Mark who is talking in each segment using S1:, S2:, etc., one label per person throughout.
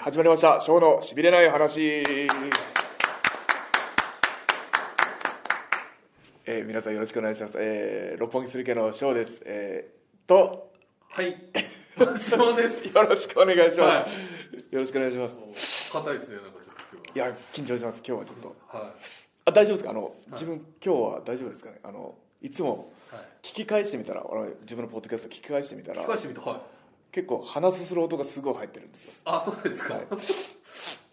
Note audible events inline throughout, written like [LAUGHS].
S1: 始まりました「ショーのしびれない話」えー皆さんよろしくお願いします、えー六本木すり家のショーです、えーと
S2: はい。私もです。
S1: よろしくお願いします、
S2: は
S1: よろしくお願いします
S2: 硬いですね、なんかちょっと
S1: いや緊張します今日はちょっと
S2: 今日は。は
S1: あ大丈夫ですかあの、自分今日は大丈夫ですかねあのいつも
S2: い。はい。
S1: 聞き返してみたらあの自分のポッドキャスト聞き返してみたら
S2: 聞き返してみて、はい。
S1: 結構鼻すする音がすごい入ってるんですよ
S2: あ、そうですか。
S1: は
S2: はいい。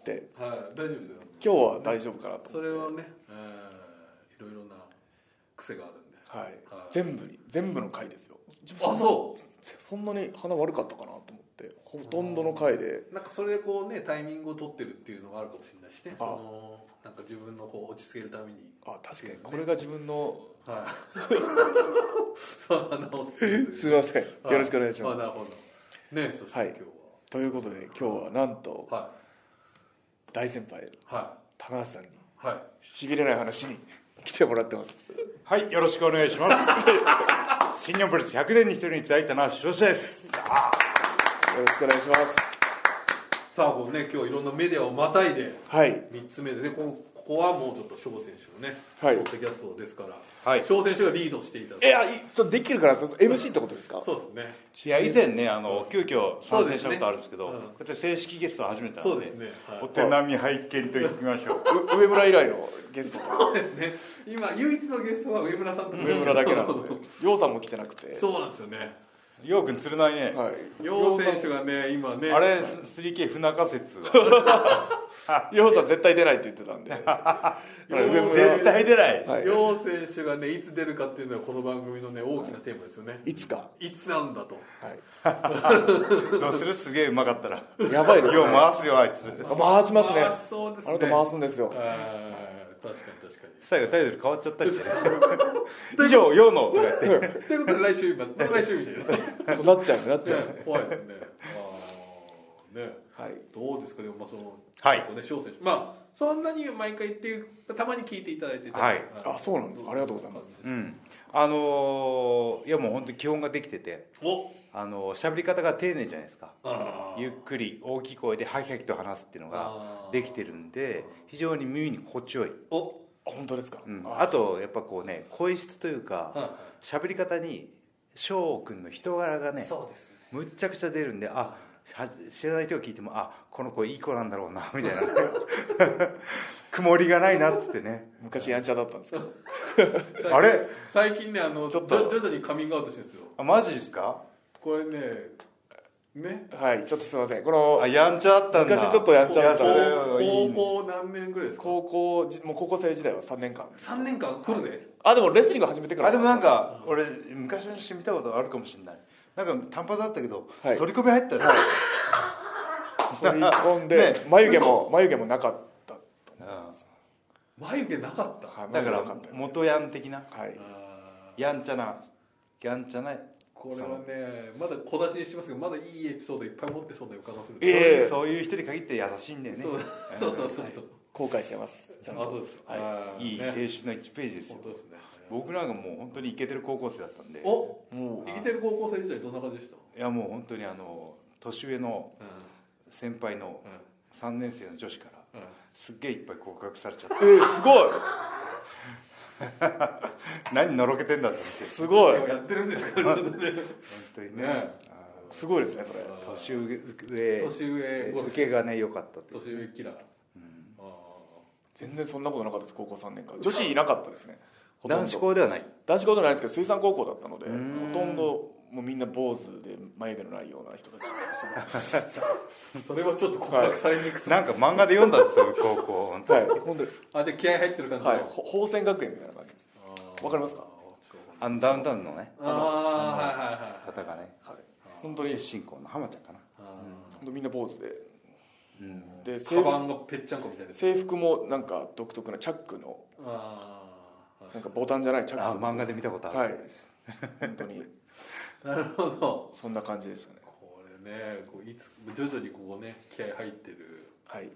S1: で
S2: 大丈夫ですよ。
S1: 今日は大丈夫かなと
S2: そ
S1: 思って
S2: れはね、えーいろいろな癖があるんで。
S1: はい
S2: はい
S1: 全部に全部の回ですよ
S2: あ、そ
S1: そんなに鼻悪かったかなと思ってほとんどの回で
S2: う。なんかそれでこうね、タイミングを取ってるっていうのがあるかもしれないしね。
S1: あ
S2: その、なんか自分のこう落ち着けるために。
S1: あ確かにこれが自分の
S2: はい。 [LAUGHS] そう、鼻をす
S1: [LAUGHS] [LAUGHS] すいませんよ
S2: はい
S1: ろしくお願いしま
S2: あ、
S1: す
S2: なるほど。ね、そし
S1: はい
S2: て今
S1: ということで今日はなんと
S2: 日は。は
S1: 大先輩
S2: い。は
S1: 高橋さんに
S2: い。はい。
S1: しびれない話に [LAUGHS] 来てもらってます
S3: はい、よろしくお願いします。新日本プロレス100年に一人にいただいたのは白石です。
S1: よろしくお願いします
S2: さあ、こうね、今日いろんなメディアをまたいで。
S1: はい
S2: 3つ目でねこここはもうちょっと翔選手のね、
S1: はい
S2: ポッドキャストですから、
S3: はい
S2: 翔選手がリードしていただ
S1: いやいそうできるからそう MC ってことですか
S2: そうですね
S3: いや、以前ね、あの、急遽参戦したことあるんですけど、
S2: そうですね
S3: こうやって正式ゲストは初めてな
S2: そ
S3: の
S2: う
S3: で、
S2: ですね、はい
S3: お手並み拝見といきましょう。
S1: う上村以来のゲスト
S2: そうですね今唯一のゲストは上村さんと
S1: 上村だけ [LAUGHS] なので洋さんも来てなくて
S2: そうなんですよね
S3: [LAUGHS] ようくん釣れないね。
S1: はい
S2: 楊選手がね今ね
S3: あれ、3K 不仲説。
S1: 洋さん絶対出ないって言ってた [LAUGHS] んで
S2: 洋
S1: 上村
S3: [LAUGHS] 絶対出ない。
S1: はい
S2: 楊選手がねいつ出るかっていうのはこの番組のね大きなテーマですよね、
S1: いつか
S2: い、つなんだと
S1: はい
S3: [LAUGHS] どうするすげえうまかったら。
S1: やばいですね
S3: よう回すよ、あいつ。
S1: あ回しますね
S2: 回しそうですね
S1: あなた回すんですよ
S2: あー確かに確か
S3: 最後タイトル変わっちゃった [LAUGHS] りしてね。
S2: に
S3: 以上、ようのとか言って。
S2: にということで来週また来週みたいな
S1: そうなっちゃうねなっちゃう
S2: ね
S1: ね、
S2: 怖いですね。あーね、
S1: はい
S2: どうですかでもまあその、
S3: はい
S2: 結構ね翔選手、まあそんなに毎回っていうたまに聞いていただいてたり
S3: はい
S1: あそうなんですかありがとうございます。
S3: うん。あのーいやもう本当に基本ができてて、
S2: お、
S3: あのー喋り方が丁寧じゃないですか。
S2: あー
S3: ゆっくり大きい声でハキハキと話すっていうの
S2: あ
S3: が
S2: ー
S3: できてるんで非常に耳に心地よい、
S2: お、
S1: あ本当ですか、
S3: うん、
S1: あ
S3: あとやっぱこうね声質という
S2: はい
S3: か
S2: は
S3: 喋り方に翔くんの人柄が
S2: い
S3: ね
S2: そうですね。
S3: むっちゃくちゃ出るんであは知らない人が聞いてもあこの子いい子なんだろうなみ [LAUGHS]
S1: [LAUGHS]
S3: たいな曇りがないなっつってね
S1: 昔やんちゃだったんですけど
S2: 最近
S3: あれ
S2: 最近ねあの
S1: ち
S2: ち
S1: ょ
S2: ょ
S1: っ
S2: っ
S1: と
S2: と徐々にカミングアウトしてるんですよ。
S3: あマジですか
S2: これねね。
S1: はいちょっとすいませんこの
S3: あやんちゃだったんだ
S1: 昔ちょっとやんちゃだった
S3: いやそれ
S1: ね
S3: はい
S2: 高
S3: いね
S2: 校何年ぐらいですか。
S1: 高校じもう高校生時代は3年間
S2: 三年間フルで。
S1: あでもレスリング始めてから
S3: あでもなんか俺昔の人見たことあるかもしれないなんか単発だったけど、
S1: はい
S3: 反り込み入ったよ、
S1: 反り込んで
S3: ね
S1: 眉毛も眉毛もなかった
S3: うん
S2: 眉毛なかった。
S1: はい
S3: だか
S1: な
S3: ら
S1: かったよね
S3: 元ヤン的な
S1: はい
S2: あー
S3: やんちゃなやんちゃな
S2: これはねまだ小出しにしてますけどまだいいエピソードいっぱい持ってそうな予感がするんです
S1: え
S2: よ
S1: え
S3: そういう人に限って優しいんだよね
S2: そうそうそうそうそう。
S1: 後悔してますちゃんと
S2: あ、そうですか。
S1: はい
S2: はい
S3: いい青
S2: ね
S3: 春の1ページですよ
S2: 本当ですね。
S3: 僕なんかもう本当にイケてる高校生だったんで
S2: お、
S1: も
S2: 生きてる高校生時代どんな感じでした？
S3: いやもう本当にあの年上の先輩の
S2: うん
S3: 3年生の女子から
S2: うん
S3: すっげえいっぱい告白されちゃっ
S1: うえー、すごい
S3: た何のろけて [LAUGHS] んだって言って
S1: すごい
S2: やってるんですか？ちょっとね。
S3: 本当にね
S2: ね
S3: あ
S1: すごいですねそれ
S3: ー年上
S2: 年上ゴルフ
S3: 受けがね良かったっていう
S2: 年上キラー。あ
S1: 全然そんなことなかったです高校3年間女子いなかったですねほとんど
S3: 男子校ではない
S1: 男子校じゃないですけど水産高校だったので
S3: うーん
S1: ほとんどもうみんな坊主で眉毛のないような人たちがいますね
S2: ーそれはちょっと告白されにくそう。
S3: なんか漫画で読んだんですよ高校本当に
S1: はい本当に
S2: あ、じゃあ気合入ってる感じの。
S1: はいほ宝泉学園みたいな感じです
S2: あー
S1: わかりますか？
S3: あのダウンタウンのね
S2: あー、はいはいはい。
S3: 方がね
S1: はい本当に
S3: 出身校の浜ちゃんかな
S2: あ
S1: 本当みんな坊主で
S3: うん
S1: で
S2: ー
S1: 制
S2: カ
S1: 服
S2: バンがぺっちゃんこみたいです。
S1: 制服もなんか独特なチャックの
S2: あーは
S1: なんかボタンじゃないチャッ
S3: あ
S1: ク
S3: 漫画で見たことある、
S1: はい本当に
S2: いなるほど。
S1: そんな感じでしたね
S2: これね、こういつ徐々にここね気合入ってる。
S1: はい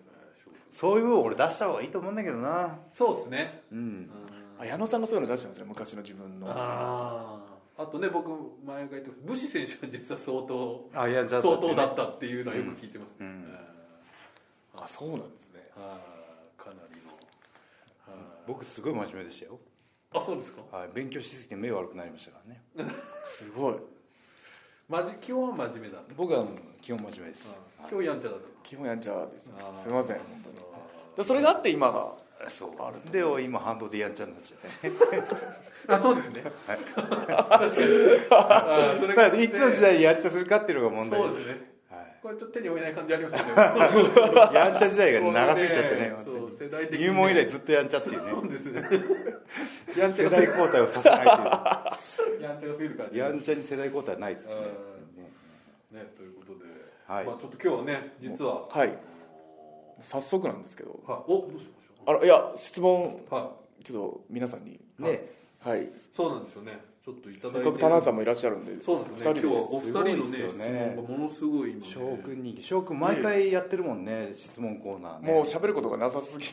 S3: そういう部分俺出した方がいいと思うんだけどな
S2: そうですね。
S3: う
S2: うん
S3: ん
S1: あ矢野さんがそういうの出してますね昔の自分の
S2: あーあとね僕前が言ってます武士選手は実は相当
S3: あいやじゃあ
S2: 相当だったっていうのはよく聞いてます、
S3: うん
S2: うん
S1: あそうなんですね
S2: はいかなりのはい
S3: 僕すごい真面目でしたよ、
S2: あそうですか
S3: はい、勉強しすぎて目悪くなりましたからね
S1: すごい
S2: まじ基本は真面目だ
S3: 僕はもう基本真面目です、
S2: あ今日やんちゃだと
S1: 基本やんちゃです
S2: あー
S1: すいません本当に
S2: あ
S1: でそれがあって今が
S3: そ
S1: あると
S3: うでを今反動でやんちゃになっちゃって
S2: ーあそうですね確かにあーそれ
S3: だ
S2: が
S3: からいつの時代にやんちゃするかっていうのが問題
S2: そうですね
S3: はい
S2: これちょっと手に負えない感じありますよね
S3: やんちゃ時代が長すぎちゃって [LAUGHS] ね
S2: そ
S3: 本
S2: う世代
S3: 当
S2: 的
S3: に
S2: に
S3: 入門以来ずっとやんちゃって [LAUGHS] いうね
S2: そうですね [LAUGHS] やんちゃ
S3: 世
S2: が
S3: 代
S2: 過
S3: 交代をさせないと
S2: ぎやんちゃが過ぎる感
S3: いう
S2: じ
S3: やんちゃに世代交代はないですよね
S2: うんねということで、
S3: はい
S2: まあちょっと今日はね実は
S1: はい早速なんですけど
S2: はいおどうしましょ
S1: あらいや質問
S2: うは
S1: ちょっと皆さんに
S3: ねね
S1: はい
S2: いそうなんですよねちょっといた
S1: せっ
S2: だい
S1: か
S2: て
S1: く田中さんもいらっしゃるんで
S2: そうなんです
S1: 二
S2: ね
S1: 人
S2: 今日はお二人の
S3: す
S2: ね
S3: ごいですよね
S2: 質問がものすごい今ね
S3: 翔くん人気翔くん毎回やってるもんね質問コーナーね
S1: もう喋ることがなさすぎて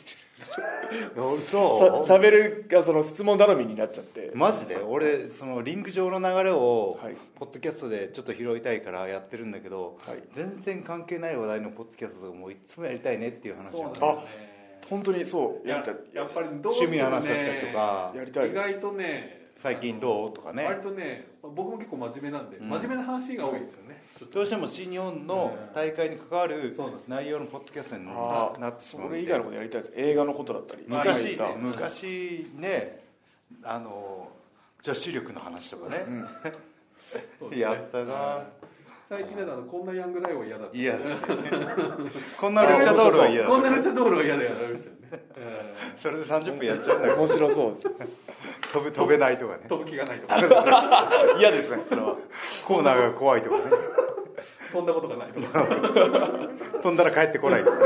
S3: そう
S1: 喋るがその質問頼みになっちゃって
S3: マジで俺そのリンク上の流れを
S1: はい
S3: ポッドキャストでちょっと拾いたいからやってるんだけど、
S1: はい
S3: 全然関係ない話題のポッドキャストとかもういつもやりたいねっていう話
S2: そうなん
S3: を
S2: です
S1: だ
S2: よね
S1: 本当にそうやっちゃ
S2: ややっぱりどうして
S3: 趣
S2: も
S3: 味
S2: ね
S3: の話だったりとか
S1: やりたい
S2: 意
S1: です
S2: 外とね
S3: 最近どうとか
S2: あの割
S3: ね
S2: とね僕も結構真面目なんで、
S3: うん
S2: 真面目な話が多いですよねちょっと
S3: どうしても新日本の大会に関わる
S2: そうなんです
S3: 内容のポッドキャストに
S1: あ
S3: な
S1: ー
S3: なってし
S1: そ
S3: まうんで
S1: れ以外のことやりたいです映画のことだったり
S3: 昔ね
S1: 今言った
S3: 昔ねあの女子力の話とかね、
S2: そうですね
S3: やったな
S2: はい最近だとあのこんなヤングライオンは嫌だった
S3: いやこんなルチャドールは嫌だ
S2: こんなルチャ道路は嫌だよあ
S3: [LAUGHS]
S2: りましたよね、え
S3: それで30分やっちゃうんだけ
S1: 面白そうです
S3: ど飛ぶ飛べないとかね
S2: ー飛ぶ気がないとか
S1: 嫌ですねそれは
S3: コーナーが怖いとかね
S2: 飛んだことがないとか
S3: 飛んだら帰ってこないとかね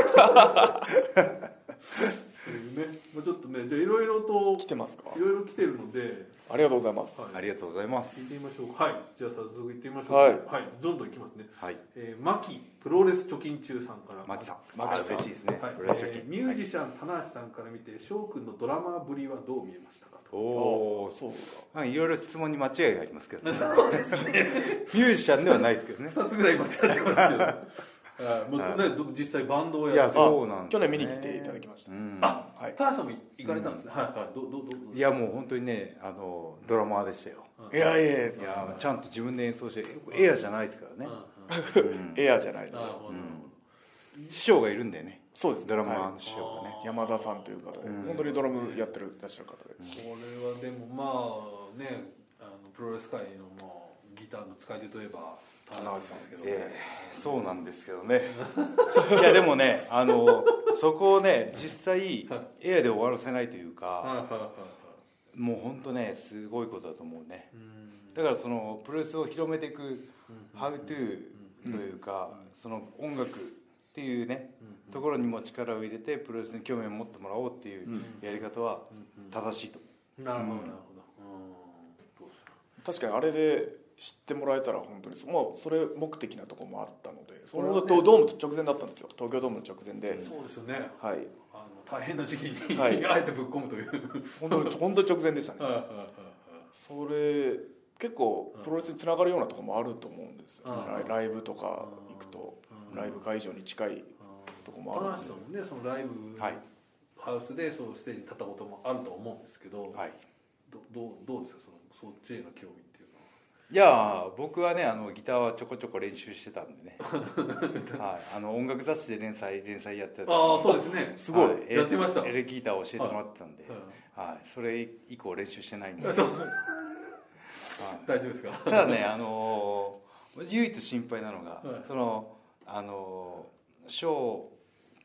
S2: そういうねまあちょっとねじゃあいろいろと
S1: 来てますか
S2: いろいろ来てるので、
S1: ありがとうございます
S2: はい
S3: ありがとうございます
S2: 聞いてみましょうかはいじゃあ早速行ってみましょう
S1: はい
S2: はい、どんどん行きますね
S3: はい
S2: えー、マキプロレス貯金中さんから
S3: マキさん
S1: マキさん
S3: あ嬉しいですね、
S2: はい
S3: これはちょっと
S2: えーミュージシャン棚橋さんから見て翔くんのドラマぶりはどう見えましたかと
S3: お
S1: お
S3: お
S1: おそうか
S3: いろいろ質問に間違いがありますけど、ね、
S2: [LAUGHS]
S3: ミュージシャンではないですけどね
S2: 2つぐらい間違って [LAUGHS] ますけどはいもっとねど実際バンドを
S3: い
S2: や
S3: や
S2: る
S1: あ
S3: そうなんです
S1: 去
S3: よね
S1: 年見に来ていただきました
S3: うん
S2: あ
S1: はい
S2: タナさんも行かれたんですね、はいはいどうどうどうどう
S3: いやもう本当にねあのドラマーでしたよ
S1: いやいやい
S3: い
S1: や
S3: やちゃんと自分で演奏してエアじゃないですから
S2: うん
S3: ね
S2: うん、
S1: エアじゃない
S2: なるほど、
S3: 師匠がいるんだよね
S1: そうです
S3: ドラマー
S1: は
S3: の師匠がね、
S1: い山田さんという方で
S3: うん
S1: 本当にドラムやってるいらっしゃる方で
S2: これはでもまあねあのプロレス界の、まあ、ギターの使い手といえば田中さんですけど、
S3: ええそうなんですけどねいやでもねあのそこをね実際エアで終わらせないという
S2: はいはい
S3: か
S2: はいはい
S3: もう本当ねすごいことだと思うね
S2: うん
S3: だからそのプロレスを広めていく「How to」というかその音楽っていうねところにも力を入れてプロレスに興味を持ってもらおうっていうやり方は正しいと思う
S2: なるほどなるほどうんどうする
S1: 確かにあれで知ってもらえたら本当にそうまあそれ目的なところもあったのでそれはドドーム直前だったんですよ東京ドームの直前で
S2: そうですよね
S1: はい
S2: あの大変な時期に、
S1: はい
S2: あえてぶっ込むという
S1: 本当に本当に直前でしたね
S2: はいはい
S1: それ結構プロレスにつながるようなところもあると思うんですよ、
S2: うん
S1: ライライブとか行くと、
S2: うん
S1: ライブ会場に近いとこも
S2: はい
S1: あ
S2: はい
S1: る
S2: 棚
S1: ん
S2: 橋
S1: で
S2: さんもねそのライブ
S3: はい
S2: ハウスでそのステージに立ったこともあると思うんですけど、
S3: はい
S2: どどうどうですかそのそっちへの興味っていうのはい
S3: やー僕はねあのギターはちょこちょこ練習してたんで
S2: [LAUGHS]
S3: ね、はい、あの音楽雑誌で連載連載やってた
S2: ああそうですね
S1: すごい
S3: はエレ
S2: やってました
S3: エレギターを教えてもらってたんで、
S2: はい
S3: はいそれ以降練習してないんで、はい、
S2: そう大丈夫ですか
S3: ただね、あのー唯一心配なのが、
S2: はい
S3: そのあのー翔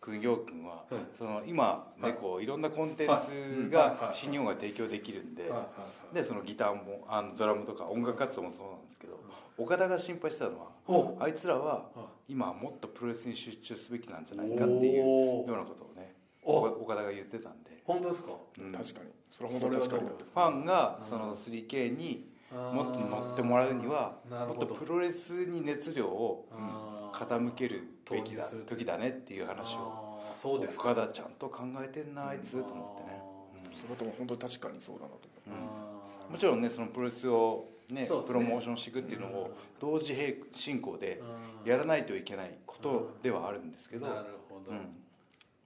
S3: くん陽くんは、
S2: はい
S3: その今、ね
S2: はい
S3: こういろんなコンテンツ
S2: はいはいは
S3: が
S2: い
S3: 新日本が提供できるんで、
S2: はいはいはい
S3: でそのギターもあのドラムとか音楽活動もそうなんですけど岡田が心配してたのは
S2: お
S3: あいつらは
S2: は
S3: 今もっとプロレスに集中すべきなんじゃないかっていうよ
S2: お
S3: う
S2: ー
S3: なことをね
S2: お
S3: 岡岡田が言ってたんで、
S2: 本当ですか
S3: うん
S1: 確かにそれは本当に確かにだと
S3: ファンがその 3K にもっと乗ってもらうには
S2: あーなる
S3: もっ
S2: ほ
S3: と
S2: ど
S3: プロレスに熱量を
S2: あー
S3: 傾けるべきだ
S2: 投入する
S3: 時だねっていう話を
S2: あーそうですか
S3: 岡田ちゃんと考えてんなあいつと思ってね、うん
S1: それとも本当に確かにそうだなと思
S2: あー
S3: もちろんねそのプロレスを、ね
S2: そうですね
S3: プロモーションしていくっていうのを同時並進行で
S2: うん
S3: やらないといけないことではあるんですけど、
S2: なるほど、
S3: うん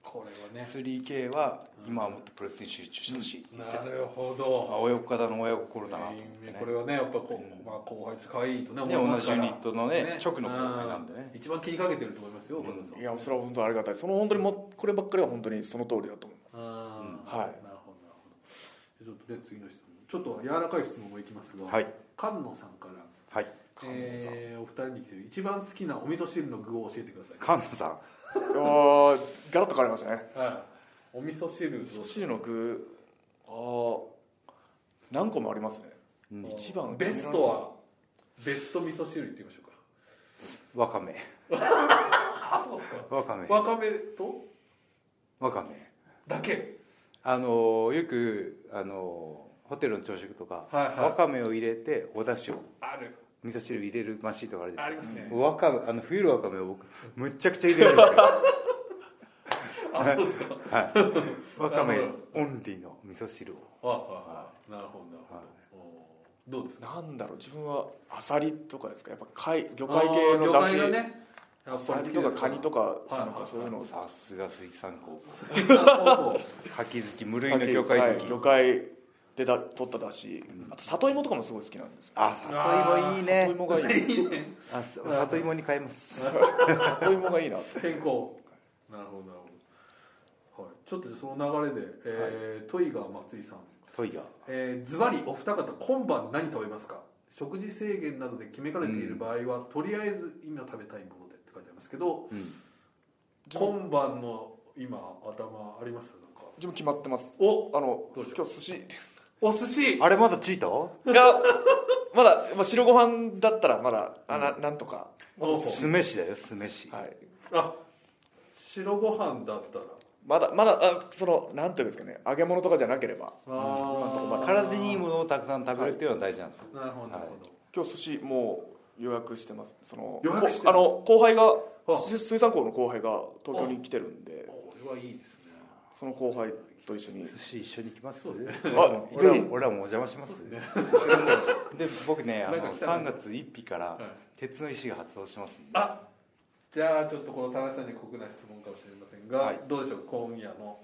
S2: これはね
S3: 3K は今はもっとプロレスに集中してほしいって言って
S2: な
S3: た、
S2: るほ
S3: あ
S2: ど
S3: 親子方の親心だなと思って、ね
S2: これはねやっぱこう、まあ、後輩可愛いとね
S3: ね
S2: 思いますから
S3: 同じユニットのね直の後輩なんでね
S2: うん一番気にかけてると思いますよ岡田さん
S1: いやそれは本当にありがたいその本当にもこればっかりは本当にその通りだと思います
S2: うん
S1: はい
S2: なるほどなるほどちょっとね次の質問ちょっと柔らかい質問もいきますが、
S3: はい
S2: 菅野さんから
S3: はい
S2: えーお二人に来てる一番好きなお味噌汁の具を教えてください
S3: 菅野さん
S1: いやーガラッと変わりましたね
S2: はいお味噌汁
S1: 味噌汁の具あー何個もありますね、
S3: うん
S1: 一番
S2: ベストはベスト味噌汁いってみましょうか
S3: わかめ
S2: あそうですか
S3: わかめ
S2: わかめと
S3: わかめ
S2: だけ
S3: あのよくあのホテルの朝食とか、
S2: はいはい
S3: わかめを入れてお出汁を
S2: ある
S3: 味噌汁入れるマシーンとかあるじゃないです
S2: あ
S3: か
S2: りますね
S3: わかめあの冬のわかめを僕むっちゃくちゃ入れるんですよ
S2: あそうですか
S3: はい
S2: [LAUGHS]
S3: わかめ
S2: なるほ
S3: オンリーの味噌汁を
S2: あああなるほどなるほど、
S3: はい
S2: おーどうですか
S1: なんだろう自分はアサリとかですかやっぱ貝魚介系
S2: あー
S1: のだし
S2: 魚介がね
S1: アサリとかカニ
S2: [LAUGHS]
S1: とか
S2: い
S1: なんかそういうのを
S3: さすが水産高校
S2: か
S3: 牡蠣好き無類の魚介好き、
S1: はい魚介でだ取っただし、あと里芋とかもすごい好きな
S2: [LAUGHS]
S1: んですよ
S3: あ里芋いいね
S1: 里芋がいい
S2: いいね
S3: あそう里芋に変えます
S1: 里芋がいいなって
S2: 変更なるほどなるほど、はい、ちょっとじゃあその流れで、えートイガー松井さん
S3: トイガー
S2: えーズバリお二方今晩何食べますか食事制限などで決めかれている場合は、とりあえず今食べたいものでって書いてありますけど
S3: うん
S2: 今晩の今頭ありますなんか
S1: 自分決まってます
S2: お
S1: あの
S2: どうぞ
S1: 今日寿司です
S2: お寿司
S3: あれまだチート
S1: いやまだ、まあ、白ご飯だったらまだあななんとか
S2: お
S3: 酢飯だよ酢飯、
S1: はい
S2: あ白ご飯だったら
S1: まだまだあそのなんていうんですかね揚げ物とかじゃなければ
S2: あ
S3: ま
S2: ー
S3: あ体にいいものをたくさん食べるっていうのは大事なんです、
S2: なるほどなるほど、
S1: 今日寿司もう予約してますその
S2: 予約してる
S1: こあの後輩が
S2: あ
S1: 水水産校の後輩が東京に来てるんで
S2: これはいいですね
S1: その後輩と一緒に
S3: 寿司一緒に行きます
S2: そうで
S1: あ
S3: 俺ら
S1: ぜひ
S3: も俺らもお邪魔しますで僕ねあの
S2: なんか来た
S3: 3
S2: ね
S3: 月1日か
S2: は
S3: ら
S2: い
S3: 鉄の石が発動しますんで
S2: あじゃあちょっとこの田中さんに酷な質問かもしれませんが、
S3: はい
S2: どうでしょう今夜の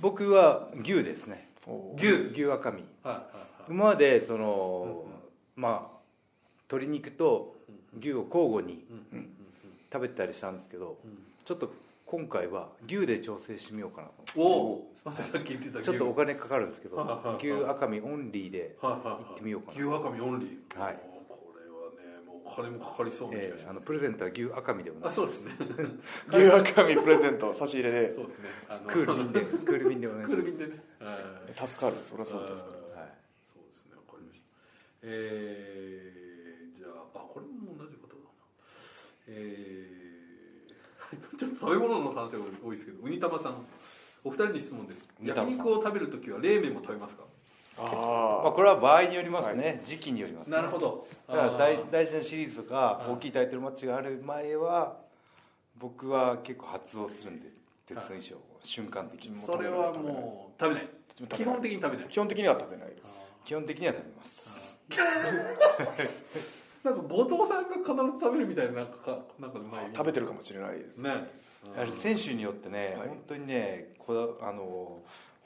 S3: 僕は牛ですね
S1: おー
S2: 牛
S3: 牛赤身
S2: はいはいはい
S3: 今までその、まあ鶏肉と牛を交互に
S2: うんうん
S3: 食べてたりしたんですけど、
S2: うん
S3: ちょっと今回は牛で調整してみようかなと思って
S2: うんおまさにさっき言ってた牛
S3: ちょっとお金かかるんですけ
S2: はいはいは
S3: ど
S2: い
S3: 牛赤身オンリーで
S2: はいはいは
S3: 行
S2: い
S3: ってみようかな、
S2: 牛赤身オンリー
S3: はい
S2: もうこれはねもうお金もかかりそうな気
S3: え
S2: がし
S3: ーあ
S2: ま
S3: の
S2: す、
S3: プレゼントは牛赤身でも
S2: あ
S3: ない
S2: そうですね
S1: 牛赤身プレゼント差し入れで
S2: そうですねあの
S3: クール
S2: [LAUGHS]
S3: 便でクール便でお願いし
S2: クー
S3: ま
S2: ル
S3: す
S2: 便でねはい
S1: 助かるそれはそうです
S2: あー
S3: はい
S2: そうですねわかりましたえー、じゃああこれも同じことだなえー、 [LAUGHS] ちょっと食べ物の話が多いですけどウニ玉さんお二人に質問です
S3: ウニ
S2: 焼
S3: 玉さん
S2: 肉を食べるときは冷麺も食べますか
S3: まあ、
S1: あ
S3: これは場合によりますね、時期によります、ね、
S2: なるほど
S3: だから
S2: あ
S3: 大
S2: ー
S3: 大事なシリーズとか
S2: うん
S3: 大きいタイトルマッチがある前は僕は結構発動するんで鉄の衣装を瞬間的に
S1: うん
S2: それはもう食べない
S1: べない
S2: 基本的に食べない
S1: あ基本的には食べないです
S3: 基本的には食べます
S2: なんか後藤さんが必ず食べるみたいななんかかなんかうまい
S1: 食べてるかもしれないです
S2: ね
S3: あれ選手によってね、
S1: はい
S3: 本当にねこだあの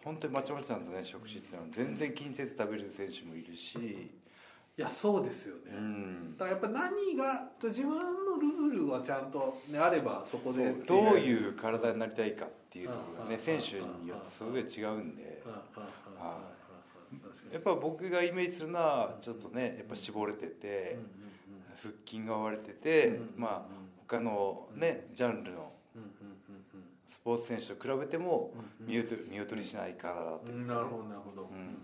S3: 本当にまちまちなんですね食事っていうのは全然気にせず食べる選手もいるし
S2: いやそうですよね、
S3: うん
S2: だからやっぱ何が自分のルールはちゃんと、ね、あればそこで
S1: そう
S3: どう
S2: う、
S3: いう体になりたいかっていうところがね
S2: うん
S3: 選手によってすごい違うんで
S2: うんうんうん
S3: は
S2: うん確かに
S3: やっぱ僕がイメージするのはちょっとねやっぱ絞れてて腹筋が割れてて
S2: うん
S3: まあ他のねジャンルの
S2: うんうんう
S3: スポーツ選手と比べても
S2: うん
S3: 見劣り見劣りしない体だって
S2: んうんうんうんなるほどなるほど、
S3: ん
S2: うんうん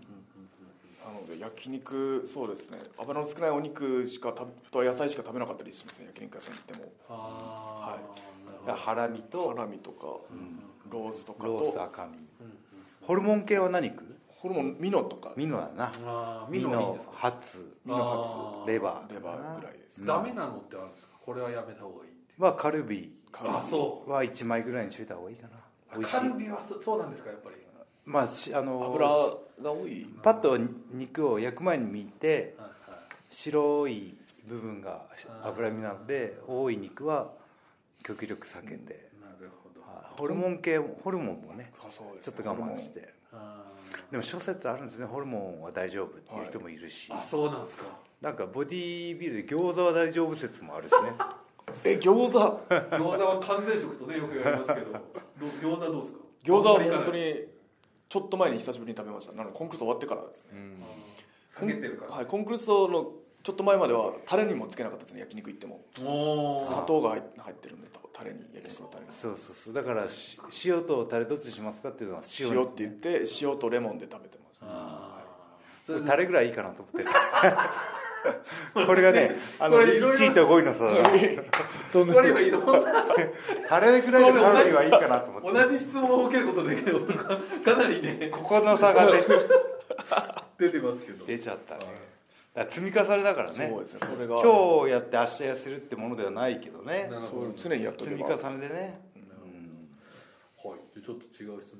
S1: なので焼肉そうですね油の少ないお肉しか食べと野菜しか食べなかったりしますね焼肉屋さん行っても
S2: ああ
S1: はい
S3: だからハラミと
S1: ハラミとかロースとか
S3: ロース
S1: と
S3: 赤身ホルモン系は何食う
S1: ホルモンミノとか
S3: ミノだな
S2: あー
S3: ミ
S2: ミノいいんで
S3: ノ
S2: すか
S3: ハツ
S1: ミノ
S2: あ
S1: ハ
S2: ー
S3: レバー
S1: レバーぐらいです
S3: うん
S2: ダメなのってあるんですかこれはやめた方がいいって
S3: はカルビ
S1: カルビ
S2: あそ
S3: は1枚ぐらいにしといた方がいいかな
S2: う
S3: 美味しい
S2: カルビはそそうなんですかやっぱり
S3: まあしあの
S1: 油が多い
S3: パッと肉を焼く前に見て
S2: はいはい
S3: 白い部分が
S2: あー
S3: 脂身なので多い肉は極力避けて、
S2: なるほど
S3: はいホルモン系ホルモンもね
S1: あそうで
S3: ち
S1: す
S3: ょっと我慢して
S2: あ
S3: でも諸説あるんですねホルモンは大丈夫っていう人もいるし、
S2: ーあそうなんですか
S3: なんかボディービルで餃子は大丈夫説もあるしね
S1: え餃
S2: 餃子
S1: 子
S2: は完全食とねよく言われますけどど餃子どうですか
S1: 餃子は
S2: あんまりいか
S1: 本当
S2: ない
S1: にちょっと前に久しぶりに食べましたなのでコンクルース終わってからですね
S3: うん
S2: あー下げてるから
S1: はいコンクルースのちょっと前まではタレにもつけなかったですね焼肉行っても
S2: おー
S1: 砂糖が入入ってるんでタレに焼肉のタレに
S3: そうそうそうだからし塩とタレどっちにしますかっていうのは塩
S1: 塩って言って塩とレモンで食べてました
S2: あーそれ
S3: これタレぐらいいいかなと思ってるこれがねあの
S2: これいろいろ
S3: 1位と5位の差だな
S1: [LAUGHS] ど
S2: これ今いろんな
S3: タレぐらいのカロリーはいいかなと思って
S2: 同じ質問を受けることでかかなりね
S3: ここの差がね
S2: 出てますけど
S3: 出ちゃったねだから積み重ねだからね
S1: そうですねそれが
S3: 今日やって明日痩せるってものではないけどね
S2: なる
S1: そ
S2: ほど
S1: う常にやっと
S3: 積
S1: け
S3: み
S1: ば
S3: 重ねでね
S2: はい、でちょっと違う質問いきます、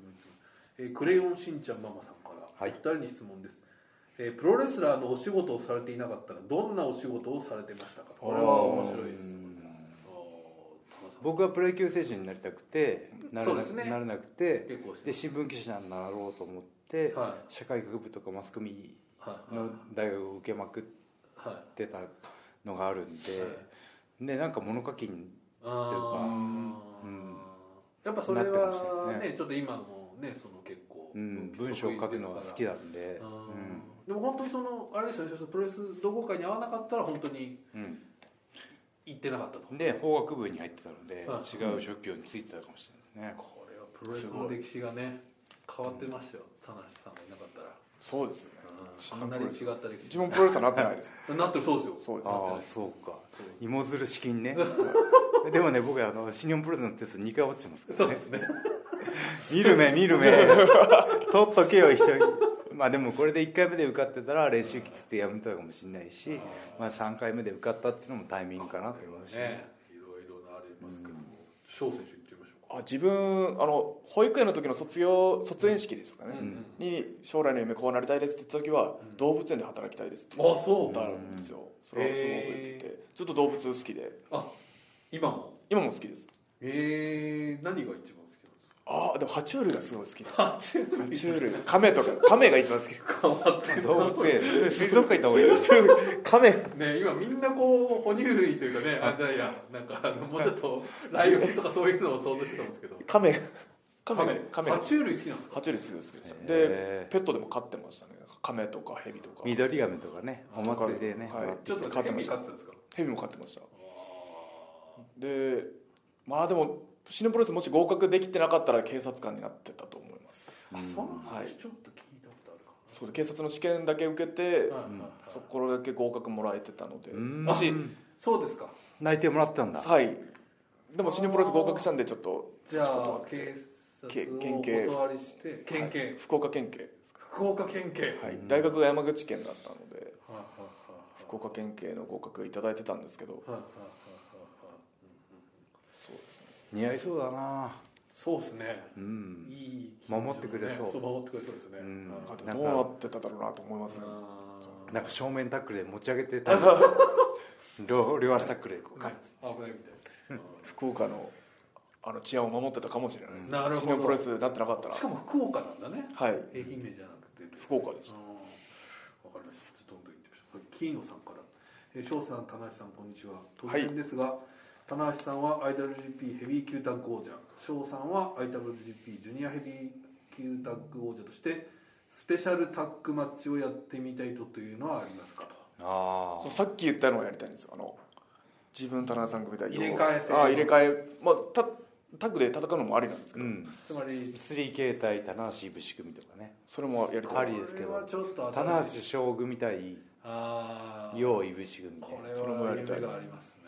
S2: えークレヨンしんちゃんママさんから、
S3: はい
S2: お二人に質問です、えープロレスラーのお仕事をされていなかったらどんなお仕事をされてましたかこれは面白い質問ですあー田中さん
S3: 僕はプロ野球選手になりたくてなれ
S2: そう
S3: な,、
S2: ですね
S3: なれなくて
S2: 結構して
S3: で
S2: ます
S3: 新聞記者になろうと思って、
S2: は
S3: 社会学部とかマスコミ
S2: はい
S3: の大学を受けまくっ
S2: はい
S3: てたのがあるんで、
S2: は
S3: でなんか物書きに
S2: あー
S3: うん
S2: やっぱそれ
S3: なってました
S2: は
S3: よ
S2: ね
S3: ね
S2: ちょっと今のねその結構、
S3: うん、文章を書くのは好き
S2: だ
S3: なんで、
S2: でも本当にそのあれですよねプロレス同好会に合わなかったら本当に
S3: うん
S2: 行ってなかったと
S3: うん、で法学部に入ってたので、
S2: はい
S3: 違う職業についてたかもしれないですね、
S2: これはプロレスの歴史がね変わってましたよ田無さんがいなかったら
S1: そうですよね
S2: うんかなり違った歴
S1: 自
S2: 史
S1: 分もプロレスラーになってないです
S2: なってるそうですよ
S1: そうです
S2: なって
S3: あ
S2: な
S3: あ
S2: い
S3: そうか
S2: そうです
S3: 芋づる式にね [LAUGHS] でもね僕あの新日本プロレスのテスト2回落ちてますか
S2: そう
S3: ら
S2: で
S3: ね
S2: すね
S3: 見る目見る
S2: [LAUGHS]
S3: 目取っとけよ人まあでもこれで1回目で受かってたら練習きつってやめたかもしれないし、まあ、3回目で受かったっていうのもタイミングかなと思うし、
S2: ねいろいろなありますけども翔選手言ってみましょうか
S1: あ自分あの保育園の時の卒業卒園式ですかね、
S2: うん
S1: に将来の夢こうなりたいですって言った時は、動物園で働きたいですって
S2: あそう
S1: 言ったんですよ、それはすごく言ってて、ずっと動物好きで
S2: あ今も
S1: 今も好きです
S2: えー、何が一番好きなんですか
S1: ああでも爬虫類がすごい好きです
S2: 爬
S1: 爬
S2: 虫類
S1: 虫類亀とか亀が一 [LAUGHS] 番好きです
S2: 変わってんな
S3: 動物園水族館行った方がいいよ
S2: [LAUGHS]
S3: 亀
S2: ね今みんなこう哺乳類というかねあじゃあいやなんかあのもうちょっとライオンとかそういうのを想像してたんですけど
S1: 亀が亀が
S2: 亀
S1: 亀
S2: 爬
S1: が
S2: 虫類好きなんです
S1: 爬
S2: か
S1: 虫類すごい好きです
S3: へ
S1: でペットでも飼ってましたね亀とかヘビとか
S3: 緑亀とかねお祭りでね、
S1: はい
S2: ちょっと
S1: 飼って
S2: 変
S1: ま
S2: に
S1: し
S2: 飼
S1: た
S2: ってたんですか
S1: ヘビも飼ってましたでまあでもシネプロレスもし合格できてなかったら警察官になってたと思います
S2: あその
S1: はい
S2: 話ちょっと聞いたことあるか
S1: それ警察の試験だけ受けて
S2: な、はい
S3: う
S2: はい
S3: ん
S2: はい
S1: そこだけ合格もらえてたので
S3: うん
S1: もし
S2: そうですか
S3: 内定もらったんだ
S1: はいでもシネプロレス合格したんでちょっと
S2: じゃあ警
S1: け
S2: 察を
S1: 県警
S2: お断りして県警、
S1: 福岡県警ですか
S2: 福岡県警はい
S1: はい
S3: うん
S1: 大学が山口県だったので
S2: はい
S1: 福岡県警の合格いただいてたんですけど
S2: はいはいはいはいはい
S1: そうですね
S3: 似合いそうだな
S2: そうですね
S3: うん
S2: いい気持ちのね
S3: 守ってくれそう
S2: そう守ってくれそうですね
S3: う
S2: うんん
S1: あと
S3: なん
S1: ど
S3: か
S1: うなってただろうなと思いますね
S2: あー
S3: なんか正面タックルで持ち上げてた
S2: [LAUGHS]
S3: 両両足タックルでこうか
S2: ね危ないみたいな
S1: 福岡のあの治安を守ってたかもしれないです、
S2: なるほど
S1: シネプロレスになってなかったら
S2: しかも福岡なんだね
S1: はい
S2: 愛媛じゃなくて
S1: 福岡で
S2: あ
S1: す
S2: ーわかりました。どんどん行ってみましょう。キーノさんから、えー、翔さん、田無さん、こんにちは。突
S1: はい
S2: 然ですが、田無さんは IWGP ヘビー級タッグ王者、翔さんは IWGP ジュニアヘビー級タッグ王者としてスペシャルタッグマッチをやってみたいとというのはありますかと。
S3: あ
S1: さっき言ったのをやりたいんですよあの自分田中さん組代表
S2: 入れ替え制
S1: あ入れ替えまあタタッグで戦うのもありなんです
S3: あう
S1: けど、
S3: ん
S2: つまり、
S3: 3形態棚橋節組とかね
S1: それもやりたい
S3: あり
S1: で
S3: ですすけど
S2: これはちょっと
S3: 棚
S2: 新しい
S3: 橋将軍みたい
S2: あー
S3: 陽井節組みたい
S2: これ
S1: それも
S2: は
S1: やりたい
S2: 夢
S1: です
S2: がありますね。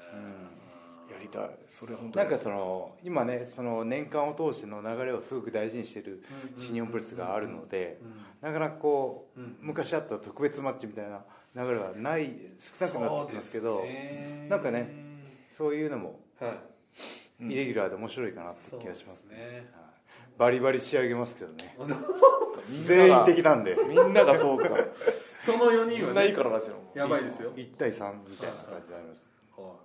S1: やりたいそれ本当
S3: な
S1: に
S3: なんかその今ねその年間を通しての流れをすごく大事にしてる新日本プロレスがあるのでなかなかこう
S2: うん
S3: 昔あった特別マッチみたいな流れはない少なくなってますけど
S2: そうですね
S3: なんかねそういうのも
S2: はい。
S1: うん
S3: イレギュラーで面白いかなって
S2: そう
S3: 気がします
S2: ですね。
S3: バリバリ仕上げますけどね
S1: みんな
S3: 全員
S1: が
S3: 的なんで
S1: みんながそう
S3: [LAUGHS]
S1: か
S2: その4
S1: み
S2: 人
S1: ん
S2: は
S1: ないい
S2: ね、
S1: からですよ
S2: やばいですよ。
S3: 1対3みたいな感じになります
S2: は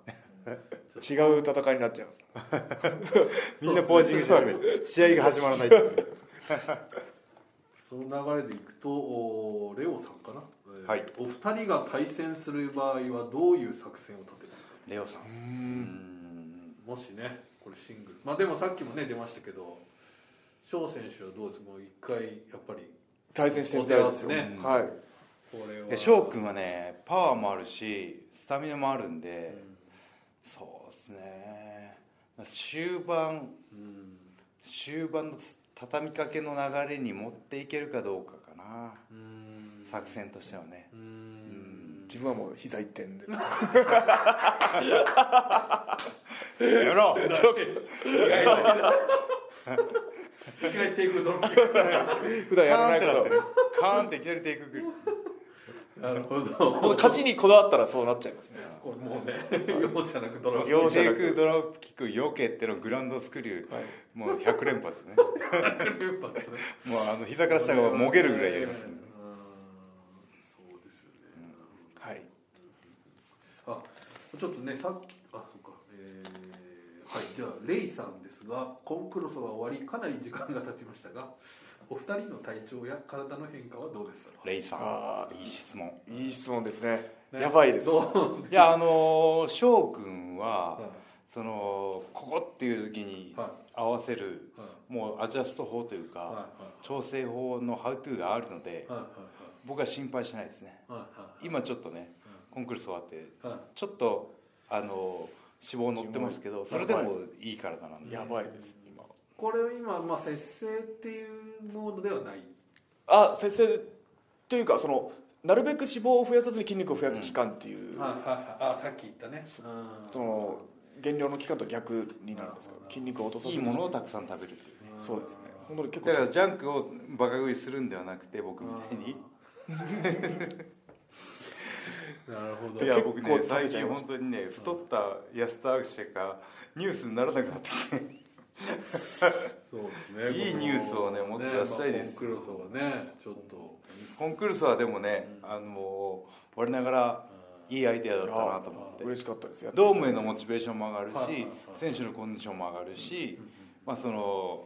S2: い。
S1: 違う戦いになっちゃいます
S3: みんなポージングし始めて試合が始まらないっていう
S2: その流れでいくとおーレオさんかな、えー
S3: はい
S2: お二人が対戦する場合はどういう作戦を立てますか
S3: レオさんうん
S2: もしねこれシングルまあでもさっきもね出ましたけど翔選手はどうですもう一回やっぱり
S1: 対戦してみたいですよ、
S2: お手合わせ
S3: ね
S1: はい
S2: これ
S3: い
S2: は
S3: や翔くんはねパワーもあるしスタミナもあるんで、そうですね終盤
S2: うん
S3: 終盤の畳みかけの流れに持っていけるかどうかかな、
S2: うん
S3: 作戦としてはね
S2: うん
S1: 自分はもう膝一点 [LAUGHS] で
S3: [LAUGHS] やめ
S2: [LAUGHS]
S3: ろ
S2: いきなりテイクドロップ
S1: 普段やら
S3: カー
S1: な
S3: ンっ
S1: いけど
S3: てなってるカーンっていきなりテイクくる
S2: なるほど
S1: もう勝ちにこだわったらそうなっちゃいますね
S2: これもうね容赦なくドロップ
S1: 容赦
S3: テ
S1: な
S3: イ
S1: く
S3: クドロップキックよけってのグランドスクリュー、
S1: はい
S3: もう100連発ね [LAUGHS]
S2: 連発ね
S3: もうあの膝から下がもげるぐらいやります
S2: [LAUGHS]
S3: ね
S2: うんそうですよね
S1: はい
S2: あちょっとねさっきあそっかえーはいじゃあレイさんですがコンクロスは終わりかなり時間が経ちましたがお二人の体調や体の変化はどうですか
S3: レイさ
S1: あ
S3: んいい質問
S1: いい質問ですね
S2: ね
S1: やばいです
S2: どう
S3: いやあのー翔くんは、
S2: はい
S3: そのここっていう時に
S2: は
S3: 合わせる、
S2: はい
S3: もうアジャスト法というか、
S2: はいは
S3: 調整法のハウトゥーがあるので、
S2: いはい
S3: 僕は心配しないですね
S2: はいはい
S3: 今ちょっとね
S2: うん
S3: コンクルール終わって
S2: はいはい
S3: ちょっとあの脂肪乗ってますけどそれでもいい体なんで
S1: やばいです今
S2: これを今、まあ、節制っていうモードではない
S1: あ先生というかそのなるべく脂肪を増やさずに筋肉を増やす期間っていう、
S2: はいはいはいあさっき言ったねうん
S1: その減量の期間と逆になるんですけど筋肉を落とさず
S3: いい
S1: に
S3: ものをたくさん食べるっていうね
S1: そうですね本当に結構
S3: だからジャンクをバカ食いするんではなくて僕みたいに
S2: なるほど
S3: いや
S1: 結構
S3: 僕ね
S1: 食べ
S3: 最
S1: ちゃい
S3: 近
S1: ました
S3: 本当にね太った痩せたしかニュースにならなくなってきて
S2: そうですね
S3: いいニュースをね
S2: この
S3: もっと出したいです
S2: ねまあコンクロソはねちょっと
S3: コンクルールはでもねあの我ながらいいアイデアだったなと思って
S1: 嬉しかったですやって
S3: ドームへのモチベーションも上がるし、
S2: はいはいはい
S3: 選手のコンディションも上がるし、まあ、その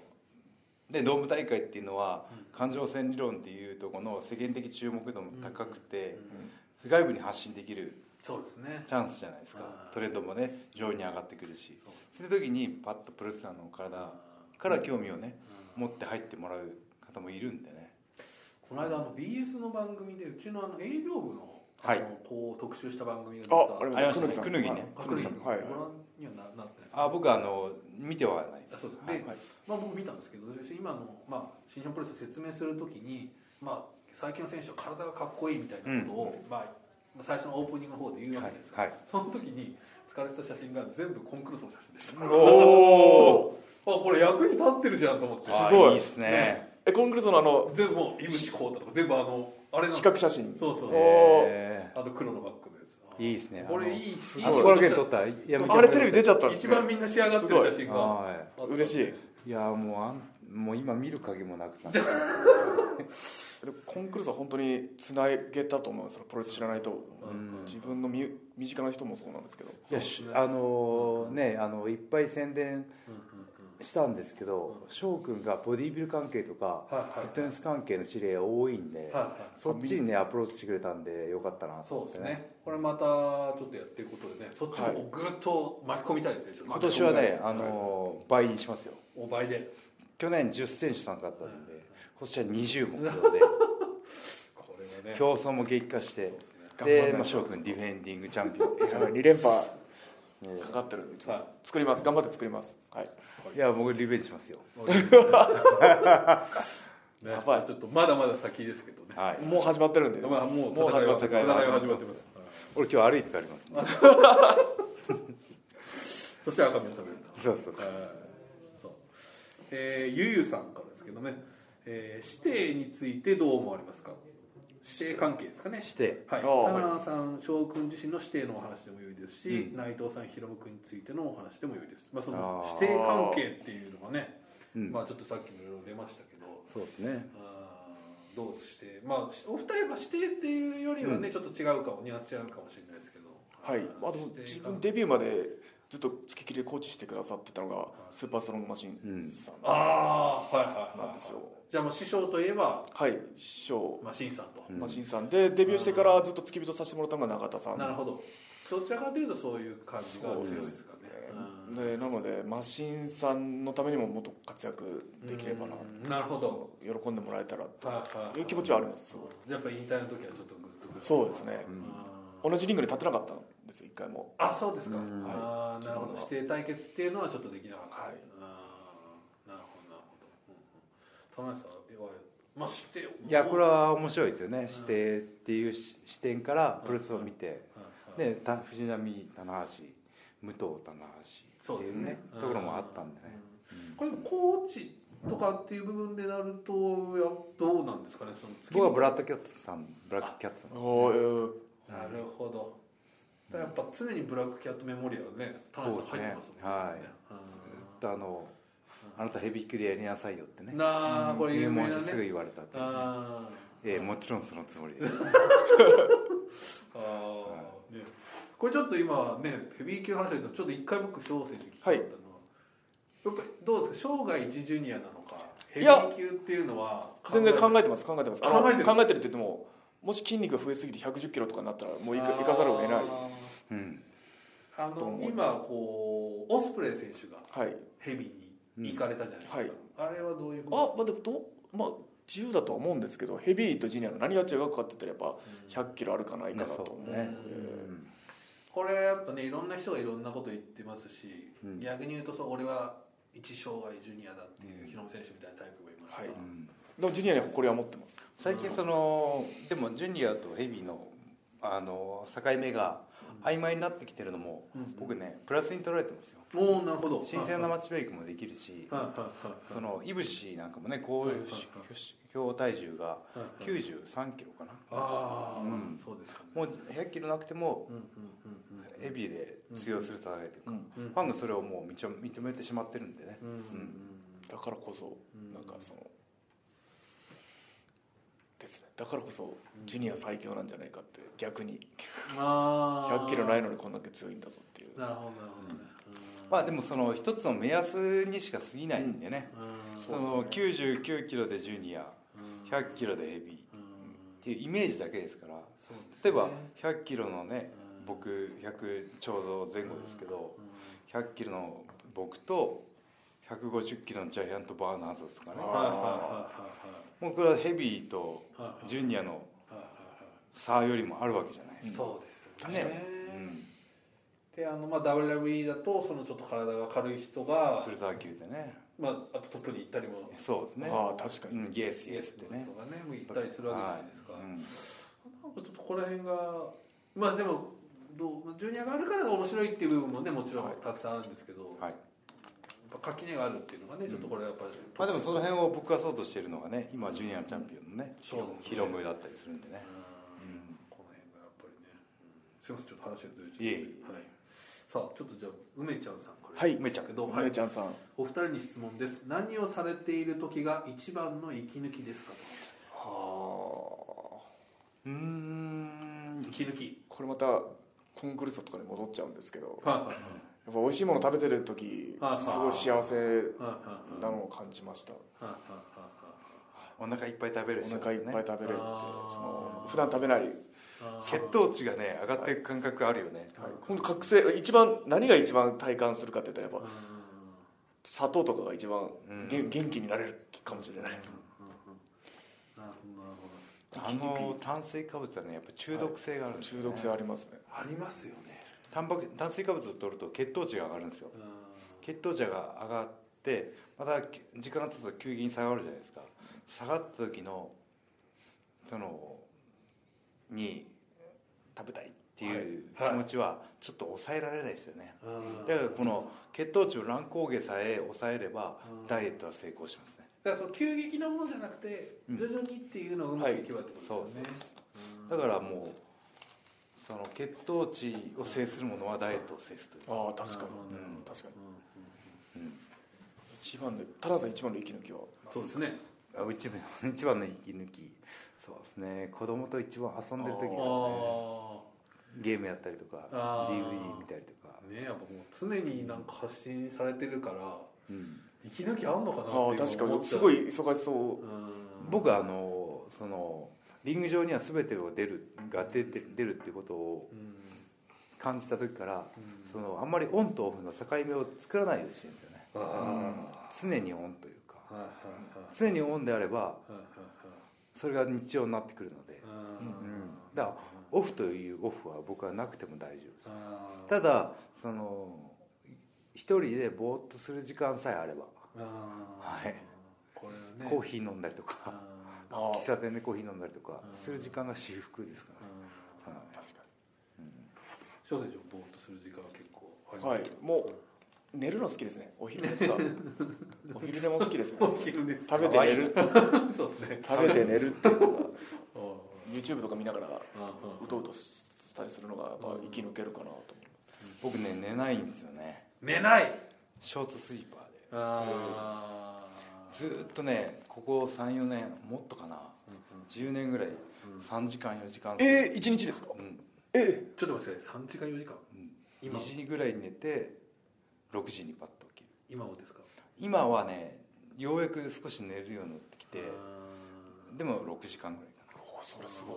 S3: でドーム大会っていうのは、環状線理論っていうところの世間的注目度も高くて、外部に発信できる
S2: そうですね
S3: チャンスじゃないですか、
S2: はい
S3: トレンドもね上位に上がってくるしそういう時にパッとプロレスラーの体から興味をね、持って入ってもらう方もいるんでね
S2: この間あの BS の番組でうちのあの営業部の,、
S3: はい
S2: あのこう特集した番組が
S1: ああれ
S3: ありました
S1: くぬ
S3: ね
S1: ぎさんはい
S3: くぬぎね
S2: あ
S1: くぬぎさん
S2: ご
S1: はい
S2: 覧
S1: はい
S2: にはななってない
S3: あ僕はあの見てはないで
S2: あ
S3: す
S2: そうです
S3: は
S2: で、
S3: い
S2: まあ、僕見たんですけど私今の、まあ、新日本プロレスを説明するときに、まあ、最近の選手は体がかっこいいみたいなことを、まあ、まあ最初のオープニングの方で言うわけじゃないですか、
S3: はいはい
S2: その時に使われてた写真が全部コンクルーソの写真でした
S1: おお
S2: [LAUGHS] あこれ役に立ってるじゃんと思って
S3: あ
S1: すごい
S3: いいですね
S2: ね
S1: えコンクルールのあの
S2: 全部もう井口浩太とか全部あのあれなの
S1: 比較写真
S2: そうそう
S1: お
S3: へ
S2: あの黒のバッグのやつ
S3: いいですね
S2: こ
S3: あ
S2: れ
S3: の
S2: いいし
S3: あそこだけで撮ったいや
S1: あれテレビ出ちゃったんです
S2: 一
S1: ね
S2: 番みんな仕上がってる写真が
S3: は
S2: あった
S1: 嬉しい
S3: いいやもうあんもう今見る影もなくなって
S1: でコンクルールは本当につなげたと思うんですよプロレス知らないと、自分の身身近な人もそうなんですけど
S3: いやしあのーねあのいっぱい宣伝
S2: うんうん
S3: したんですけど翔くんがボディービル関係とか
S2: はいはいはい
S3: フィットネス関係の知り合い多いんで
S2: はいはい
S3: そっちにねアプローチしてくれたんでよかったなと
S2: そ
S3: 思
S2: う
S3: っ
S2: で
S3: て
S2: すねこれまたちょっとやっていくことでねそっちもぐっと巻き込みたいですねちょっと
S3: 今年はねあのー倍にしますよ
S2: お倍で
S3: 去年10選手参加だった [LAUGHS] んで今年は20目標で
S2: これはね
S3: 競争も激化して
S1: 頑張んない
S3: で
S1: と
S3: まあ翔くんディフェンディングチャンピオ [LAUGHS] ン
S1: やばい2連覇
S3: ね
S1: かかってるんで、
S2: はい
S1: 作ります頑張って作りますはい
S3: いや僕リベンジしますよ
S2: ね
S1: やばい
S2: ちょっとまだまだ先ですけどね
S3: はい
S1: もう始まってるんで、
S2: まあもう
S1: もう
S2: 戦い
S1: 始ま
S2: は
S1: っ
S2: 戦
S1: て
S2: いは
S1: る
S2: 始まってます
S3: 俺今日歩いてたりますね
S2: そして赤身を食べるんだ
S3: [LAUGHS] そうそう
S2: そうえーゆゆさんからですけどね、えー、指定についてどう思われますか指定関係ですかね
S3: 指定
S2: はい
S1: あー
S2: 田中さん翔くん自身の指定のお話でも良いですし、内藤さんひろむくんについてのお話でも良いです、まあ、その
S3: あー
S2: 指定関係っていうのがね
S3: うん
S2: まあちょっとさっきもいろいろ出ましたけど
S3: そうですね
S2: あーどうしてまあしお二人はまあ指定っていうよりはね、ちょっと違うかもニュアンス違うかもしれないですけど
S1: はい、まあ、でも
S2: 指定
S1: 自
S2: 関
S1: 分
S2: 係
S1: デビューまでずっと付きっきりでコーチしてくださってたのがスーパーストロングマシンさん
S2: ああはいはい
S1: なんですよ
S2: じゃあもう師匠といえば
S1: はい師匠
S2: マシンさんと、
S1: マシンさんでデビューしてからずっと付き人させてもらったのが永田さん
S2: なるほどどちらかというとそういう感じが強いですかねうん
S1: でなのでマシンさんのためにももっと活躍できればな
S2: うんなるほど
S1: 喜んでもらえたらと
S2: はいはい
S1: いう気持ちはありますすごい
S2: やっぱ引退の時はちょっとグッとくる
S1: そうですね
S2: あー
S1: 同じリングに立てなかったんですよ一回も
S2: あそうですか、
S3: うん
S2: ああなるほど
S1: はい
S2: 指定対決っていうのはちょっとできなかった、
S1: はい
S2: あーなるほどなるほど、うんうん、田中さんはまあ指定を
S3: いやこれは面白いですよね視点っていうし視点からプロレスを見て
S2: ね
S3: でた藤波棚橋武藤棚橋っていうね
S2: うん
S3: ところもあったんでね
S2: うんこれコーチとかっていう部分でなるとやどうなんですかねその
S3: 僕はブラッドキャッツさんブラックキャッツさん
S1: おー
S2: なるほどだからやっぱ常にブラックキャットメモリアルね田中さん入ってますもんね
S3: そうですね
S2: う
S3: とあのあなたヘビー級でやりなさいよってね
S2: んなあこれ
S3: 入
S2: 有名
S3: 門
S2: な
S3: してすぐ
S2: ね
S3: 言われたっていうね
S2: あ
S3: ええもちろんそのつもりです
S2: ーあーねこれちょっと今ねヘビー級の話だけどちょっと一回僕翔選手に聞きたかったのはやっぱりどうですか生涯一ジュニアなのかヘビ
S1: いや
S2: ー級っていうのは
S1: 全然考
S2: え
S1: えてます考えてますあの
S2: 考えてる
S1: 考えてるって言ってももし筋肉が増えすぎて1 1 0キロとかになったらもういかいかざるを得ない
S3: うん
S2: あ
S1: と
S2: の
S1: 思い
S2: 今こうオスプレイ選手が
S1: はい
S2: ヘビーに行かれたじゃないですか、あれはどういうふうに
S1: あまあでもどうまあ自由だとは思うんですけどヘビーとジュニアの何が違うかって言ったらやっぱ100キロあるかないかなと思う
S3: そうね
S2: うんこれやっぱねいろんな人がいろんなこと言ってますし、
S3: うん
S2: 逆に言うとそう俺は一生涯ジュニアだっていうヒロム選手みたいなタイプがいますが、
S1: はいう
S2: うん
S3: ん
S1: でもジュニアに誇りは持ってます
S3: 最近そのでもジュニアとヘビーのあの境目が曖昧になってきてるのも僕ねプラスに取られてますよ
S2: おおなるほど
S3: 新鮮なマッチメイクもできるし
S2: はいはいはい
S3: そのいぶしなんかもね高
S2: はいはいはい
S3: 標体重が
S2: はいはい
S3: 93キロかな
S2: ああ、
S3: うん
S2: そうですかね
S3: もう100キロなくても
S2: うんうんうんうん
S3: ヘビーで通用する戦いというか
S1: うん
S3: ファンがそれをもう認認めてしまってるんでね
S2: うんうん
S1: だからこそ
S2: うん
S1: なんかそのですねだからこそジュニア最強なんじゃないかって逆に
S2: うんああ
S1: 100キロない
S2: の
S1: のにこんだけ強いんだぞっていう
S2: なるほどなるほどね、
S3: まあでもその一つの目安にしか過ぎないんでね、
S2: うん
S3: その99キロでジュニア
S2: うん
S3: 100キロでヘビーっ
S2: うん
S3: ていうイメージだけですから
S2: そうですね
S3: 例えば100キロのね
S2: うん
S3: 僕100ちょうど前後ですけど
S2: うん
S3: 100キロの僕と150キロのジャイアント・バーナードとかね
S2: はいはいはい
S3: もうこれはヘビーと
S2: はいはいはい
S3: ジュニアの
S2: はいはい
S3: 差よりもあるわけじゃない
S2: はい
S3: ですか、
S2: そうですよね
S3: ねうん、
S2: であの、まあ、WWE だとそのちょっと体が軽い人が
S3: フ、ルザー級でね
S2: まあ、あとトップに行ったりも
S3: そうですね
S1: ああ確か
S3: う
S1: に
S3: ん、イエスイエスってね
S2: とかねもう行ったりするわけじゃないですか、
S3: はいうん
S2: なんかちょっとここら辺がまあでもどうジュニアがあるから面白いっていう部分もねもちろんたくさんあるんですけど、
S3: はい
S2: やっぱ垣根があるっていうのがねちょっとこれはやっぱり、
S3: まあ、でもその辺をぶっ壊そうとしているのがね今ジュニアのチャンピオンのね
S2: そうですね
S3: ヒロムだったりするんでね
S2: うんこの辺がやっぱりね、うんすみませんちょっと話がずれちゃ
S3: いえい
S2: いますはい、さあちょっとじゃあ梅ちゃんさんから
S1: はい
S3: 梅ちゃん
S2: けど、は
S1: 梅
S2: い、
S1: ちゃんさん
S2: お二人に質問です何をされている時が一番の息抜きですか
S1: はあ
S3: うーん
S2: 息抜き
S1: これまたコンクルーソとかに戻っちゃうんですけど
S2: はいはいはい
S1: やっぱ美味しいもの食べてる時
S2: はいはい
S1: すごい幸せ
S2: はい
S1: な
S2: はい
S1: のを感じました
S2: はい
S3: お腹いっぱい食べるし、
S1: お腹いっぱい
S3: ね
S1: 食べれるって
S2: あー
S1: その普段食べない、はい、
S2: はい
S3: 血糖値がね上がっていく感覚あるよね、
S1: 本当覚醒一番何が一番体感するかって言ったらやっぱ砂糖とかが一番
S3: うん
S1: げ、元気になれるかもしれないです、
S2: なるほどなるほど
S3: あの炭水化物はねやっぱ中毒性があるんですよ
S1: 中
S3: ね、
S1: 毒性ありますね
S2: ありますよね
S3: タンパク炭水化物を取ると血糖値が上がるんですよ
S2: うん
S3: 血糖値が上がってまたき時間が経つと急激に下がるじゃないですか下がった時のそのに食べたいっていう気
S2: はい
S3: 持ちはちょっと抑えられないですよね、
S2: うん
S3: だからこの血糖値の乱高下さえ抑えれば
S2: うん
S3: ダイエットは成功しますね
S2: だからその急激なものじゃなくて
S3: うん
S2: 徐々にっていうのがうまくいけばってことですよね、
S3: はいだからもうその血糖値を制するものはダイエットを制すという
S1: ああ確かに、
S2: うん
S1: うん確かに
S2: う
S1: 一番で田中さん一番の息抜きは
S2: んそうですね
S3: あうちの一番の息抜きそうですね子供と一番遊んでる時です
S2: あ
S3: ね
S2: あ
S3: ゲームやったりとか
S2: あー
S3: DVD 見たりとか、
S2: ねやっぱもう常になんか発信されてるから
S3: うん
S2: 息抜きあんのかなって
S1: ああ確
S2: 今
S1: か
S2: 思っ
S1: に
S2: ちゃ
S1: す
S2: う
S1: ごい忙しそううん
S3: 僕はあのそのリング上には全てを出るが出て出るっていうことを
S2: うん
S3: 感じた時から、
S2: うん
S3: そのあんまりオンとオフの境目を作らないようにしてるんですよね
S2: ああ
S3: 常にオンというか
S2: はいはい
S3: 常にオンであれば
S2: はいはいはい
S3: それが日常になってくるので、
S2: はい
S1: うん
S3: うんだからオフというオフは僕はなくても大丈夫です
S2: あー
S3: ただその一人でぼーっとする時間さえあれば、
S2: あー
S3: はい
S2: これはね
S3: コーヒー飲んだりとか
S2: あー
S1: ああ
S3: 喫茶店でコーヒー飲んだりとか
S2: うん
S3: する時間が私服ですか
S2: う
S3: ら、
S2: ん
S3: はい
S1: 確か
S2: 小生ちゃんぼーっとする時間は結構あり
S1: には
S2: ま
S1: い
S2: すけど
S1: もう寝るの好きですねお昼寝とか [LAUGHS] お昼寝も好きですね
S2: お昼寝です
S1: 食べて寝る
S2: [LAUGHS] そうですね [LAUGHS]
S1: 食べて寝るっていうのが
S2: あー
S1: YouTube とか見ながら
S2: あ
S1: う
S2: ー
S1: とうとしたりするのがやっぱ息抜けるかなと思う
S3: 僕ね寝ないんですよね
S2: 寝ない
S3: ショートスリーパーで
S2: あー
S3: ずーっとねここ34年もっとかな10年ぐらい3時間4時間
S1: えー、1日ですか
S3: うん
S1: え
S2: ちょっと待ってください3時間4時間
S3: うん
S2: 今
S3: 2時ぐらいに寝て6時にパッと起きる
S2: 今をですか
S3: 今はねようやく少し寝るようになってきて
S2: あー
S3: でも6時間ぐらいかな、
S1: おそれすごい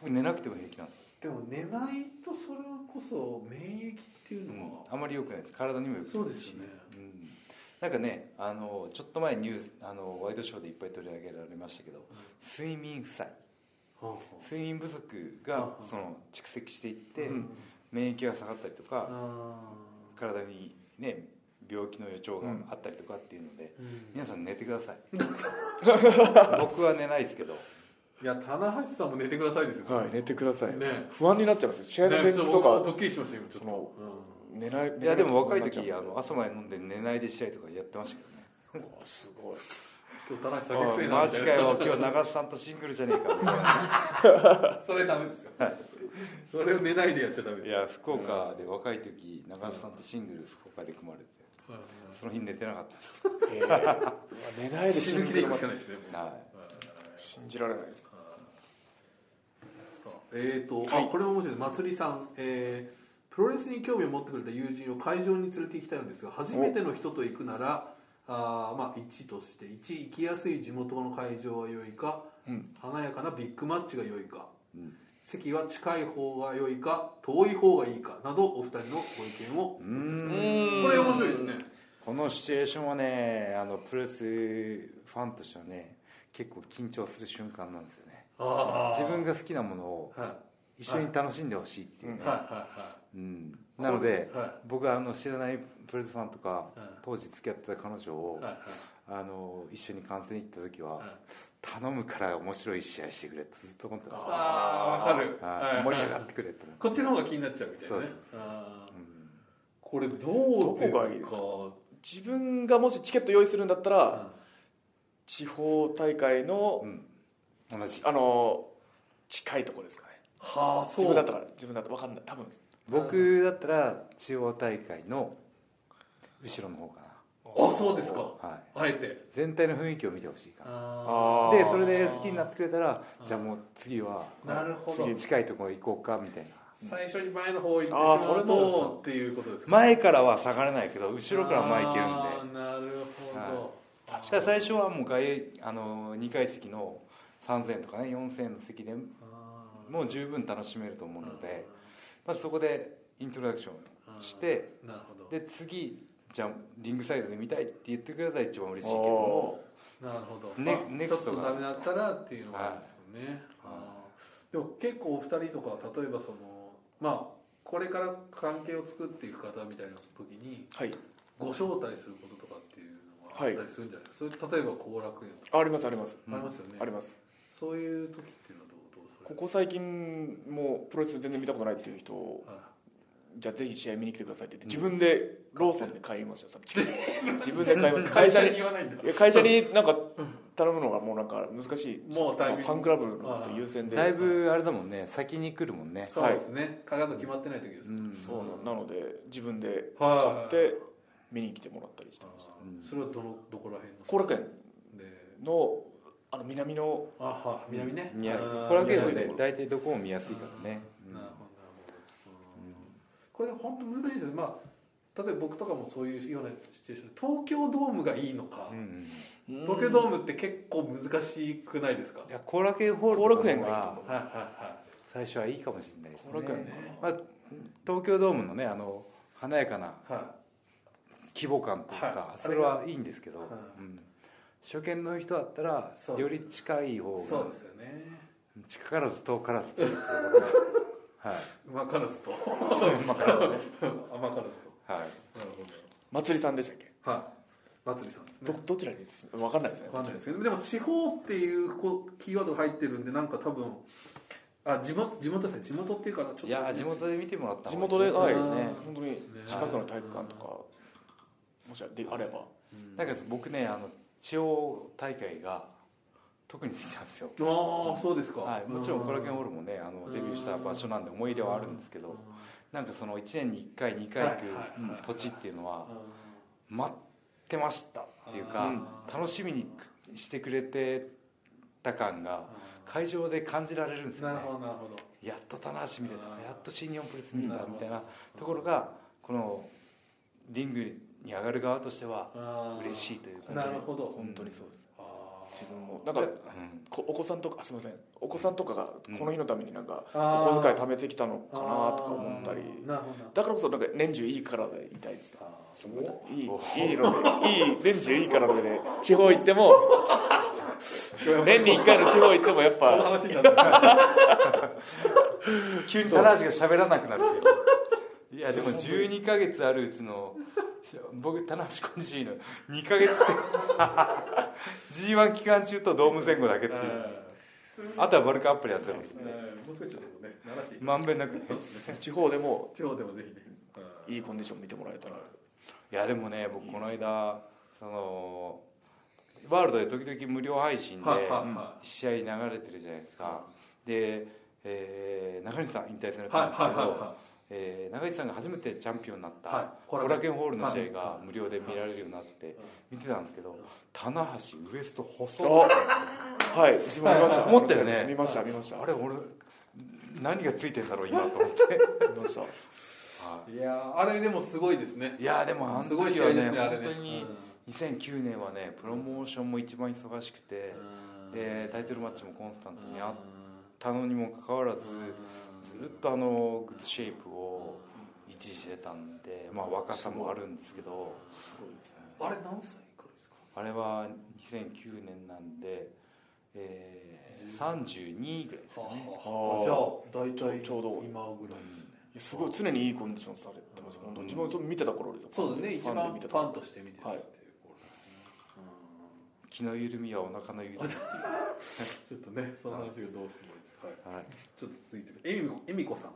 S3: 僕寝なくても平気なんですよ、
S2: でも寝ないとそれこそ免疫っていうのは、
S3: あまり良くないです体にも良くない
S2: そうですよね
S3: うんなんかねあのちょっと前ニュースあのワイドショーでいっぱい取り上げられましたけど睡眠負債
S2: はあはあ
S3: 睡眠不足
S2: うん
S3: が
S2: うん
S3: その蓄積していって、
S1: うん
S3: 免疫が下がったりと
S2: あ
S3: か、
S2: ー
S3: 体にね病気の予兆があったりとかっていうので、
S2: うん
S3: 皆さん寝てくだ
S2: [LAUGHS]
S3: さい僕は寝ないですけど
S2: いや棚橋さんも寝てくださいですよ
S1: はい寝てください、
S2: ね
S1: 不安になっちゃいますよ試合の前日
S2: ね
S1: と
S2: 僕もド
S1: か
S2: ッキリしました今ちょっと
S1: その寝ない
S3: いやでも若い時
S1: 寝な
S3: あの朝まで飲んで寝ないで試合とかやってましたけどね
S1: おすごい
S2: 今日棚橋さん
S3: あ
S2: 逆性
S3: ー
S2: な
S3: マ
S2: んで
S3: ジかよ今日長瀬さんとシングルじゃねえかみたい
S2: [LAUGHS]
S3: な
S2: それダメですよそれを寝ないでやっちゃダメです
S3: い
S2: よ
S3: や福岡で若い時長瀬さんとシングル福岡で組まれて
S2: はいはい
S3: その日寝てなかったです
S1: えーうわ寝ないで
S2: 死ぬ気で行くしか
S1: 信
S2: ないですねもう
S3: は
S1: じられないです
S2: さあえーと、
S1: はい
S2: あこれも面白いまつりさん、えープロレスに興味を持ってくれた友人を会場に連れて行きたいのですが初めての人と行くならあーまあ1として1行きやすい地元の会場は良いか、華やかなビッグマッチが良いか、席は近い方が良いか遠い方がいいかなどお二人のご意見を
S3: いうん
S2: これ面白いですね
S3: このシチュエーションはねあのプロレスファンとしてはね結構緊張する瞬間なんですよね
S2: あー
S3: 自分が好きなものを
S2: はい
S3: 一緒に楽しんでほしいっていうね、
S2: はいはいはい
S3: うん、なので、
S2: は
S3: 僕はあの知らないプロレスファンとか、
S2: うん
S3: 当時付き合ってた彼女を、
S2: はいはい
S3: あの一緒に観戦に行った時は、
S2: はい
S3: 頼むから面白い試合してくれってずっと思ってました
S2: ああわかる、
S3: はい盛り上がっててくれって思って
S2: こっちの方が気になっちゃうみたいなね
S3: そうそうそう
S2: あー
S3: うん
S2: これどうです
S1: どこが
S2: か
S1: いいですか自分がもしチケット用意するんだったら、地方大会の、
S3: うん、同じ
S1: あの近いとこですかね
S2: はあそう
S1: 自分だったから自分だったら分かんない多分
S3: 僕だったら地方大会の後ろの方か
S2: あそうですか
S3: な、はい、
S2: あえて
S3: 全体の雰囲気を見てほしいか
S1: あ
S3: な
S1: ー
S3: でそれで好きになってくれたらじゃあもう次は
S2: なるほど
S1: 次
S3: 近いところ行こうかみたいな
S2: 最初に前の方行ってし
S1: あーそ
S2: ま
S1: れ
S2: う
S1: も
S2: とっていうことですか
S3: 前からは下がれないけど後ろからは前行けるん
S2: で
S3: で
S2: なるほ
S3: ただ最初はもう外あの2階席の3000円とかね4000円の席で
S2: ど
S3: もう十分楽しめると思うので
S2: う
S3: まずそこでイントロダクションをして
S2: んなるほど
S3: で次じゃあリングサイドで見たいって言ってくれたら一番嬉しいけども
S2: なるほど、
S3: ね
S2: まあ
S3: ネ
S2: ちょっ
S3: クスト
S2: と
S3: が
S2: ダメだったらっていうのがあるんですよね、あーでも結構お二人とかは例えばそのまあこれから関係を作っていく方みたいな時に
S1: はい
S2: ご招待することとかっていうのはあったりするんじゃないですか、それ例えば後楽園とか
S1: ありますあります、
S2: ありますよね、
S1: あります
S2: そういう時っていうのはどうどうされ
S1: こ
S2: る
S1: こ最近もうプロレス全然見たことないっていう人を
S2: あ
S1: じゃあぜひ試合見に来てくださいって言って自分でローソンで買いましたさっき
S2: [LAUGHS]
S1: 自分で買いました会社に
S2: 言わないんだ
S1: いや会社になんか頼むのがもうなんか難しい
S2: もうタイミング
S1: ファンクラブのこと優先で
S3: だいぶあれだもんね先に来るもんね
S2: そうですね、かかと決まってない時です、
S3: うん
S1: そうなのなので自分で買
S2: は
S1: っ
S2: い
S1: て見に来てもらったりして
S2: あ
S1: ました
S2: ーそれはどのどこら辺の
S1: 後楽園
S2: で
S1: のあの南の
S2: あは南ね
S3: 見やすい
S2: あー
S3: これは結構
S1: 見やすい
S3: ね
S1: ところ
S3: 大体どこも見やすいからね
S2: あーなるほどなるほこれ本当難しいですよね、まあ、例えば僕とかもそういうようなシチュエーションで東京ドームがいいのか、
S3: うん
S2: 東京ドームって結構難しくないですか、
S3: いや後楽園ホール
S1: 後
S3: と
S1: 楽
S3: か
S1: 園がいいと思
S3: は
S1: う
S2: はいはいは
S3: 最初はいいかもしれないですね
S1: 後楽園か
S3: まあ、東京ドームのねあの華やかない
S2: はい
S3: 規模感というか、
S2: はい
S3: それはいいんですけど、
S2: はい
S3: うん初見の人だったら
S2: そうです
S3: より近い方
S2: そう
S3: が
S2: ですよね
S3: 近からず遠からずというところ [LAUGHS] がはい
S2: 馬からずと [LAUGHS]
S3: まあからず
S2: 甘か
S3: ね
S2: らずと
S3: はい
S2: なるほ
S1: 祭りさんでしたっけ
S2: どはい祭りさんですね
S1: どどちらに分かんないですね
S2: わかんないですけどでも地方っていうこうキーワードが入ってるんでなんか多分あ地元地元ですね地元っていうかなちょっと
S3: いやー地元で見てもらった
S1: 地
S3: 方が
S1: 元ではい
S3: い
S2: ね
S1: 本当に近くの体育館とかもしあれば
S3: だから僕ねあの地方大会が特に好きなんですよ、
S2: ああそうですか、
S3: はい、もちろんコラケン
S2: を
S3: ホールもねあのデビューした場所なんで思い入れはあるんですけどなんかその1年に1回2回行
S2: はいはいはいはい
S3: く土地っていうのは待ってましたっていう
S2: う
S3: か
S2: ん
S3: 楽しみにしてくれてた感が会場で感じられるんですよ
S2: なる
S3: ね
S2: ほどなるほど
S3: やっと棚橋見れた
S2: うん
S3: やっと新日本プロレス見れ
S2: なる
S3: た
S2: ほど
S3: みたいなところがこのリングに上がる側としては
S2: あー
S3: 嬉しいというか
S2: なるほど
S1: 本当にそうです
S2: あー
S1: 自分もなんか
S3: うん
S1: こお子さんとかあすみませんお子さんとかが
S3: うん
S1: この日のためになんか
S2: あ
S1: お
S2: ー
S1: 小遣い貯めてきたのかなとか思ったり
S2: あーなるほどな
S1: だからこそなんか年中いい体でいたいです
S2: あー
S1: そのいい
S3: お
S1: いいのでいい年中いい体でね地方行っても年に1回の地方行ってもやっ
S2: この
S1: ぱ
S2: 話になるは
S3: 急に棚橋が喋らなくなるけどいやでも12ヶ月あるうちの僕棚橋コンジーの2ヶ [LAUGHS] 月 G1 期間中とドーム前後だけっていうあとはバルカアップでやってます
S2: いもう少しちょっとね鳴らしてい
S3: まんべんなくね
S1: 地方でも
S2: 地方でもぜひね
S1: いいコンディション見てもらえたら
S3: いやでもね僕この間そのワールドで時々無料配信で
S2: はいはいは
S3: 試合流れてるじゃないですかで、えー中西さん引退さ
S2: は
S3: れ
S2: い
S3: たんですけ
S2: はい
S3: ど
S2: は
S3: えー中市さんが初めてチャンピオンになっ
S2: はい
S3: た後楽園ホールの試合
S2: は
S3: が
S2: い
S3: 無料で見られるようになって見てたんですけど棚橋ウエスト細っ
S1: あはい自分見ました
S3: 思ったよね
S1: 見ました見ました
S3: あれ俺何がついてんだろう今と思って、
S1: 見ました
S3: は
S2: はいいやーあれでもすごいですね
S3: い、いやーでもあの
S2: すごい
S3: 時
S2: 試合
S3: は
S2: で
S3: ね
S2: すねあれ
S3: 本
S2: ね
S3: 当に2009年はねプロモーションも一番忙しくて、
S2: うん
S3: でタイトルマッチもコンスタントにあっ
S2: う
S3: たのにもかかわらず
S2: ん
S3: ずっとあのグッドシェイプを維持してたんでまあ若さもあるんですけど
S1: すごいですね
S2: あれ何歳くらいですか
S3: あれは2009年なんで、えー、32ぐらいですかね
S1: あー
S2: じゃあ大体
S1: ちょうど
S2: 今ぐらいですね
S1: いやすごい常にいいコンディションされてます、本当自分も見てた頃ですよ
S2: そうだね一
S1: ファ
S2: 番
S1: ンで見てた
S2: ファンとして見てたっ
S1: はい
S2: ていう頃ですね
S3: 気の緩みはお腹の緩み、
S2: うんちょっとねその話がどうしてもいいですはい
S3: はい、
S2: ちょっと続いてえみこえみこさん、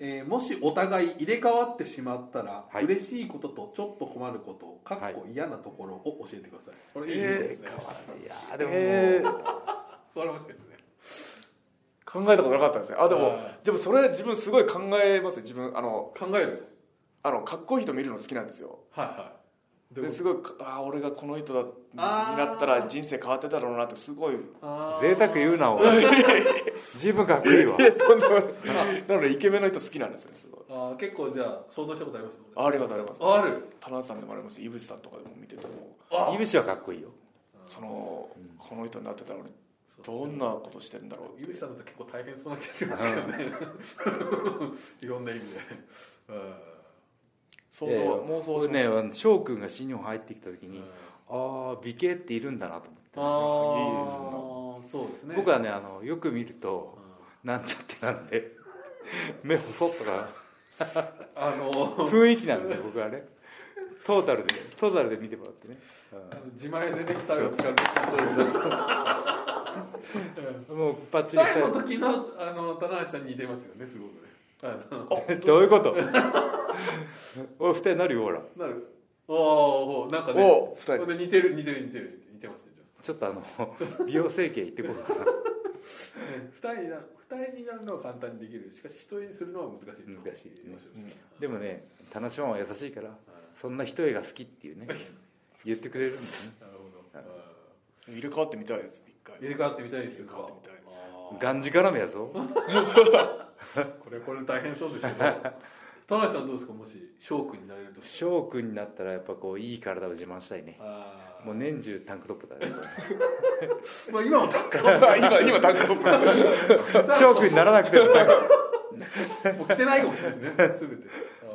S2: えーもしお互い入れ替わってしまったら、
S3: はい
S2: 嬉しいこととちょっと困ることかっこ
S3: は
S2: 嫌なところを教えてくださいこれいい
S1: えー
S2: ですね、
S3: いやーでももう、
S1: え
S2: これ面白いですね
S1: 考えたことなかったですねあでも
S2: は
S1: でもそれ自分すごい考えますよ自分あの
S2: 考える
S1: あのかっこいい人見るの好きなんですよ
S2: はいはい
S1: ですごいああ俺がこの人だに
S2: あー
S1: なったら人生変わってたろうなってすごい
S2: あー
S3: 贅沢言うなおい十分かっこいいわ
S1: どんどん [LAUGHS] なのでイケメンの人好きなんですよねすごい
S2: あー結構じゃあ想像したことあります
S1: ありますあります
S2: ある
S1: 田中さんでもありますし井口さんとかでも見てても
S2: あ
S3: いぶしはかっこいいよ
S1: そのこの人になってたら俺どんなことしてるんだろう
S2: ゆうさんだと結構大変そうな気がしますけどねいろんな意味で
S1: 想像
S3: いやいや
S1: 妄想し
S3: 僕
S1: ます
S3: ねあの翔くんが新日本入ってきた時
S2: うん
S3: に、ああ美形っているんだなと
S2: あ
S3: 思って
S1: いいです
S2: ーそうですね
S3: 僕はねあのよく見ると
S2: う
S3: なんちゃってなんで [LAUGHS] 目細っとか
S2: んあの
S3: 雰囲気なんで僕はねトータルでトータルで見てもらってね、
S2: 自前でネクタイを使う
S3: うんもうパッチリし
S2: 最
S3: た
S2: 後の
S3: い
S2: 時のあの棚橋さんに似てますよねすごくねあの
S3: [LAUGHS] どういうことおい二人なるよほら
S2: なるおーおーなんかね
S1: おー二人
S2: これ似てる似てる似てる似てますねちょっ
S3: ちょっとあの [LAUGHS] 美容整形行ってこうかな
S2: とね二人になる二重になるのは簡単にできるしかし一重にするのは難しい
S3: 難しい
S2: 面白い
S3: でもね田中は優しいからそんな一重が好きっていうね言ってくれるんですね
S2: なるほどうん
S1: 入れ替わってみたいです一回
S2: 入れ替わってみたいですよ
S1: 入れ替わってみたいです
S2: あー
S3: がんじがらめやぞ
S1: [LAUGHS]
S2: これこれ大変そうですけど田中さんどうですかもし翔くんになれるとして
S3: 翔くんになったらやっぱこういい体を自慢したいね
S2: あー
S3: もう年中タンクトップだね
S2: まあ今もタック
S1: 今 [LAUGHS] 今タンクトップ
S3: 翔くんにならなくてもタンク
S2: もう着てないかもしれないですね全てあ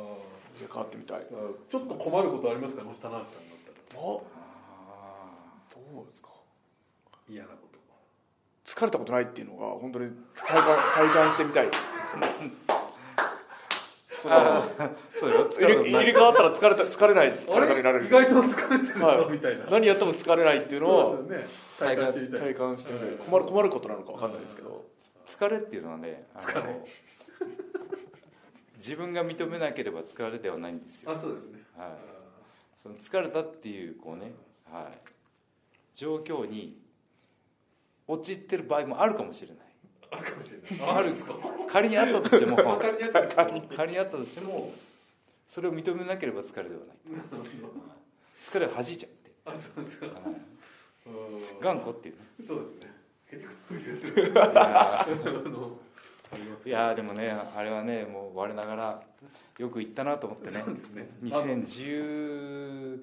S1: 変わってみたい
S2: ーあーちょっと困ることありますかもし田中さんだったら
S1: どうですか
S2: 嫌なこと
S1: 疲れたことないっていうのが本当に体感 [LAUGHS] 体感してみたいそう
S4: そうよ疲れたこと
S1: 入れ
S4: な
S1: 入
S4: い
S1: れ替わったら疲れた疲れない
S2: あ
S1: 体にな
S2: れ
S1: れる
S2: 意外と疲れてるぞ、
S1: はい
S2: みたいな
S1: 何やっても疲れないっていうの
S2: そ
S1: を
S2: うですよね体感してみたい
S1: 体感してみたい
S2: うん
S1: 困る困ることなのか分かんないですけど
S3: 疲れっていうのはねあの
S2: 疲れ
S3: 自分が認めなければ疲れではないんですよ、
S2: あそうですね
S3: はい
S2: あ、
S3: その疲れたっていうこうね、はい、状況に陥ってる場合もあるかもしれない
S2: ーあるかもしれない
S3: ある
S1: [LAUGHS]
S3: んですか仮にあったとして
S2: [LAUGHS]
S3: も
S2: 分かりやすい
S3: 仮にあったとしてもそれを認めなければ疲れではない疲れを弾いちゃって
S2: あそうですかうん
S3: 頑固っていうね
S2: そうですねヘリクスという
S3: いや
S2: あのあります
S3: ーいやーでもねあれはねもう我ながらよく行ったなと思ってね
S2: そうですねあ
S3: 2012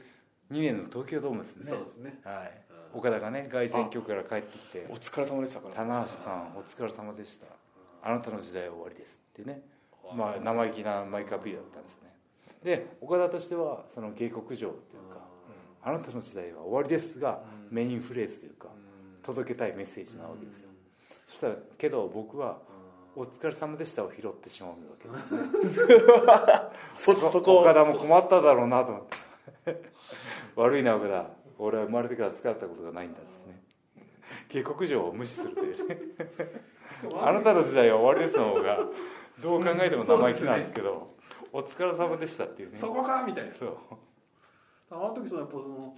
S3: 年の東京ドームですね
S2: そうですね
S3: はい
S2: うん
S3: 岡田がね凱旋局から帰ってきて
S1: お疲れ様でしたか
S3: 「
S1: ら
S3: 棚橋さんお疲れ様でしたあなたの時代は終わりです」ってねまあ生意気なマイクアピールだったんですねで岡田としてはその警告状というか「あなたの時代は終わりです」がメインフレーズというか届けたいメッセージなわけですよそしたらけど僕は「お疲れ様でした」を拾ってしまうわけですね [LAUGHS] そそこ岡田も困っただろうなと思って [LAUGHS] 悪いな岡田俺は生まれてから疲れたことがないんだですね警告状を無視するというねあなたの時代は終わりですの方 [LAUGHS] がどう考えても生意気なんですけどお疲れ様でしたっていうね
S2: そこかみたいな
S3: そう
S2: あの時そのやっぱその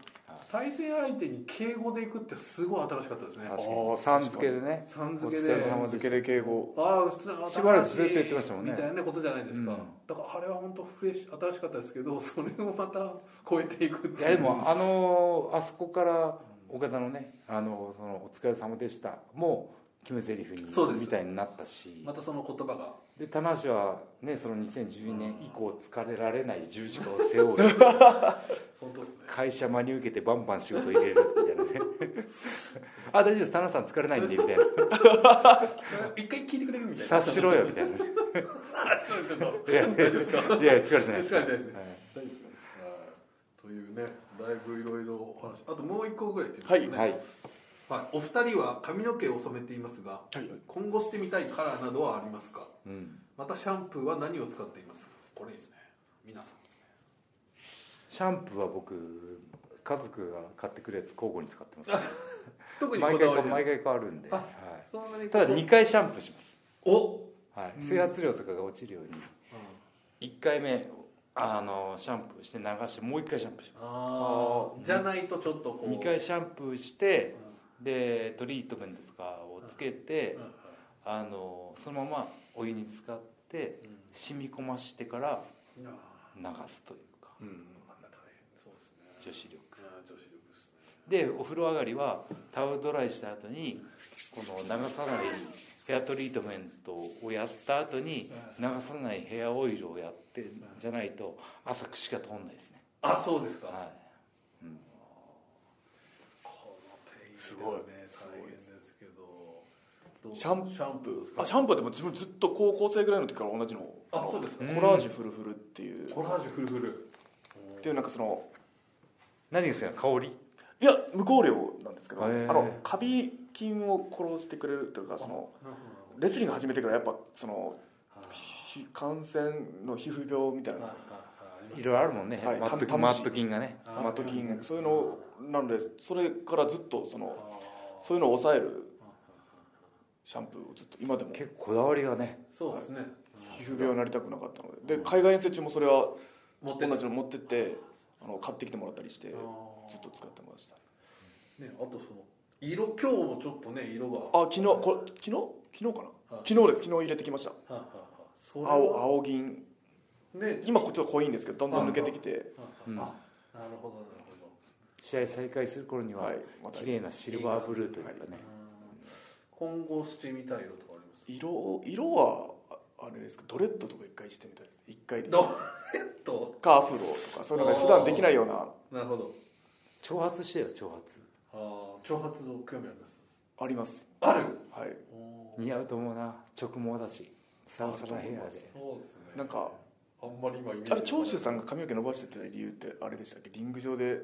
S2: 対戦相手に敬語でいくってすごい新しかったですね
S3: 確か
S1: あ
S3: に
S1: ー
S3: さん付けでね
S2: さん付け
S3: お疲
S2: で
S3: れ様
S1: 山
S3: で
S1: 付けで敬語
S2: ああ普通の
S3: しばらくずっと言ってましたもんね
S2: みたいなことじゃないですか、
S3: うん
S2: だからあれは本当フレッシュ新しかったですけどそれをまた超えていくっていう
S3: いやでもあのーあそこから岡田のね「あのーそのお疲れ様でした」もう決め台詞
S2: そうで
S3: に
S2: す
S3: みたいになったし
S2: またその言葉が
S3: で棚橋はねその2012年以降疲れられない十字架を背負う
S2: 本当ですね
S3: 会社真に受けてバンバン仕事入れるみたいなねあ大丈夫です棚さん疲れないんでみたいな
S2: 一回聞いてくれるみたいな
S3: 察
S2: [LAUGHS]
S3: しろよみたいな
S2: 察しろよちょっと [LAUGHS]
S3: いやいや
S2: 大丈夫ですか大丈
S3: いや疲れてな
S2: 疲
S3: い
S2: れてないですね
S3: はい
S2: 夫ですねはいというねだいぶいろいろお話あともう一個ぐらい言って
S1: はい
S2: みますね
S3: はい、
S2: はい、お二人は髪の毛を染めていますが、今後してみたいカラーなどはありますか
S3: うん、
S2: またシャンプーは何を使っていますかこれいいですね皆さんですね
S3: シャンプーは僕家族が買ってくるやつ交互に使ってます
S2: 特にこ
S3: 毎
S2: だわ
S3: 回
S2: り
S3: か
S2: は
S3: 毎回変わるんで、
S2: あ
S3: は
S2: そんなに
S3: い、ただ2回シャンプーします、
S2: お
S3: はい、整髪量とかが落ちるように1回目あのシャンプーして流してもう1回シャンプーしま
S2: ああじゃないとちょっとこ
S3: す
S2: う
S3: 2回シャンプーしてでトリートメントとかをつけて
S2: うんうん
S3: あのそのままお湯に浸かって染み込ましてから
S2: いやー
S3: 流すというか
S2: あんな大変そうですね
S3: 女子力
S2: あー女子力ですね
S3: でお風呂上がりはタオルドライした後にこの流さないヘアトリートメントをやった後に流さないヘアオイルをやってじゃないと朝口が通んないですね、
S2: あそうですか、
S3: は
S2: この手入れはね
S1: すごい
S2: 大変ですけどどう
S1: シャン
S2: シャンプーですか
S1: あシャンプーでも自分ずっと高校生ぐらいの時から同じの
S2: あそうですか
S1: コラージュフルフルっていう
S2: コラージュフルフル
S1: っていうなんかその
S3: い、何ですか香り
S1: いや無香料なんですけど、
S3: へー
S1: あのカビ菌を殺してくれるというかその
S2: なる
S1: レスリング始めてからやっぱその
S2: ほどはい
S1: ひ感染の皮膚病みたい
S2: はい
S1: な
S2: はいはい
S3: いろいろあるもんね、
S1: はい
S3: マット
S1: た
S3: マット菌がね
S2: あ
S1: マトキ
S2: あり
S1: ン
S2: ますね
S1: そういうのなのでそれからずっとそ
S2: あ
S1: の
S2: ー
S1: そういうのを抑えるシャンプーをずっと今でも
S3: 結構こだわりがね
S2: そうですね、
S1: 皮膚病になりたくなかったのでで海外遠征中もそれは
S2: 持って
S1: 同
S2: た
S1: じの持ってってあの買ってきてもらったりして
S2: あー
S1: ずっと使ってました
S2: ね、あとその色今日もちょっとね色が
S1: あ昨日これ昨日昨日かな、
S2: はい
S1: 昨日です昨日入れてきました
S2: はいはいはいそれは
S1: 青青銀
S2: ね
S1: 今こっちは濃いんですけどどんどん抜けてきて、
S2: う、
S3: うんん
S2: あなるほどなるほど
S3: 試合再開する頃には
S1: はいまた
S3: 綺麗なシルバーブルーというかね、
S2: うん今後してみたい色とかあります
S1: 色色はあれですけどドレッドとか一回してみたいです一回で
S2: ドレッド
S1: カーフローとかそういうのが普段できないような
S2: [LAUGHS] なるほど
S5: 挑発してよ挑発
S2: ああ挑発の興味あります
S1: あります
S2: ある
S1: はい
S2: おー
S5: 似合うと思うな直毛だしサラサラヘアで
S2: そうですね
S1: なんか
S2: あんまり今イメージ
S1: あれ長州さんが髪の毛伸ばしてた理由ってあれでしたっけリング上で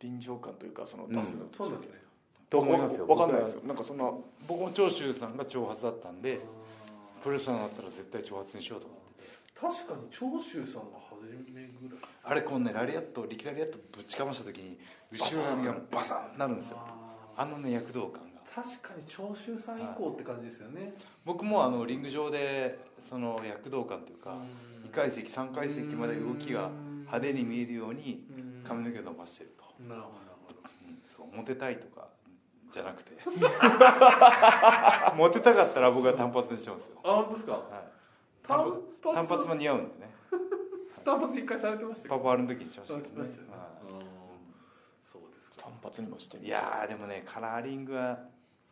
S1: 臨場感というかその出すのでしたっ
S2: そう
S1: け
S2: ですね
S5: と思いますよ
S1: わかんないですよなんかそんな
S5: 僕も長州さんが挑発だったんでプロレスラーになったら絶対挑発にしようと思って
S2: 確かに長州さんが初めぐらい
S3: あれこうねラリアット力ラリアットぶちかました時に後ろ髪がバサンなるんですよ
S2: あ
S3: あのね躍動感が
S2: ー確かに長州さん以降って感じですよね
S3: 僕もあのリング上でその躍動感というか2階席3階席まで動きが派手に見えるように
S2: うん
S3: 髪の毛を伸ばしてると、
S2: なるほどなるほど
S3: うんそうモテたいとかじゃなくて [LAUGHS] モテたかったら僕は単発にしてますよ、
S2: あ本当ですか
S3: はい、
S2: 単
S3: 単
S2: 発
S3: 単発も似合うんでね
S2: 単発一回されてました
S3: パ
S2: よ
S3: パあるの時にしました
S2: され
S3: け
S2: て
S3: ど
S2: ま
S3: ね
S2: したよね
S3: は
S2: うんそうですか
S1: 単発にもしてみ
S3: い
S1: て
S3: いやーでもねカラーリングは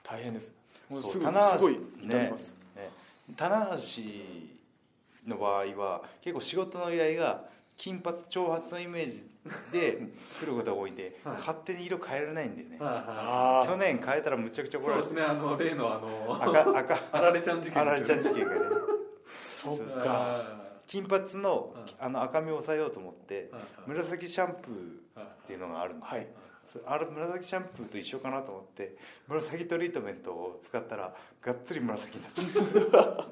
S1: 大変ですもう
S3: そう
S1: すぐ
S3: 棚橋
S1: すごい痛み
S3: ね
S1: ます、
S3: ね棚橋の場合は結構仕事の依頼が金髪長髪のイメージで来ることが多いんで、
S2: はい
S3: 勝手に色変えられないんでね、
S2: は
S1: あ
S3: 去年変えたらむちゃくち
S2: い
S3: ゃ
S2: はい
S3: 怒ら
S2: そうですね
S3: れて
S2: あの例のあの [LAUGHS]
S3: 赤赤
S2: あられちゃん事件
S3: あられ
S2: です
S3: ち
S2: よね
S3: ゃん事件がね
S1: あそっ
S2: うん
S1: か
S3: 金髪の,、
S2: うん
S3: あの赤みを抑えようと思って
S2: はいはい
S3: 紫シャンプー
S2: はい
S3: っていうのがあるんで、
S1: はい
S3: そあれ紫シャンプーと一緒かなと思って紫トリートメントを使ったらがっつり紫になっちゃっ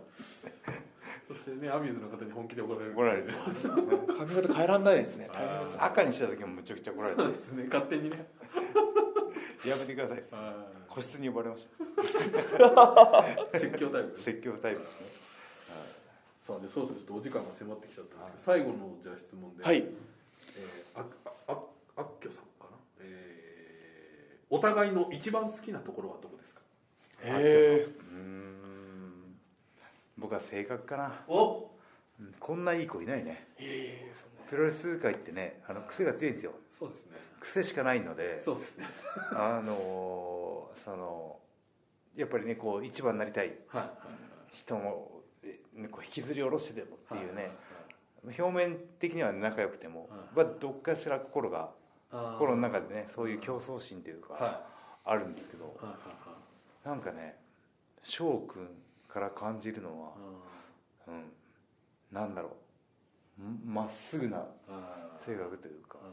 S2: そしてねアミューズの方に本気で怒られ
S3: て
S2: る
S3: 怒られる
S1: 髪型変えられないですね大変です
S2: あ
S3: 赤にした時もむちゃくちゃ怒られて
S2: そうですね勝手にね
S3: やめてください
S2: は
S3: 個室に呼ばれました
S2: い説教タイプ
S3: [LAUGHS] 説教タイプですね
S2: さあでそろそろちょっとお時間が迫ってきちゃったんですけど最後のじゃあ質問で
S1: は
S2: はいえー、ああああっきょさんかな、えー、お互いの一番好きなところはどこですか
S1: へえ
S3: うーん僕は性格かな
S2: お
S3: うんこんないい子いないねプロレス界ってねあの癖が強いんですよ
S2: そうですね
S3: 癖しかないので
S2: そうですね
S3: あのーそのやっぱりねこう一番になりたい
S2: はいは
S3: 人をえねこう引きずり下ろしてでもって
S2: いはい
S3: いうね、表面的には仲良くても、
S2: はい
S3: まあどっかしら心が
S2: あー
S3: 心の中でねそういう競争心というか、
S2: はいはい
S3: あるんですけど
S2: はいはい
S3: なんかね翔くんから感じるのは
S2: あ、
S3: うん、なんだろうんまっすぐな
S2: ーあー
S3: 性格というか
S2: あ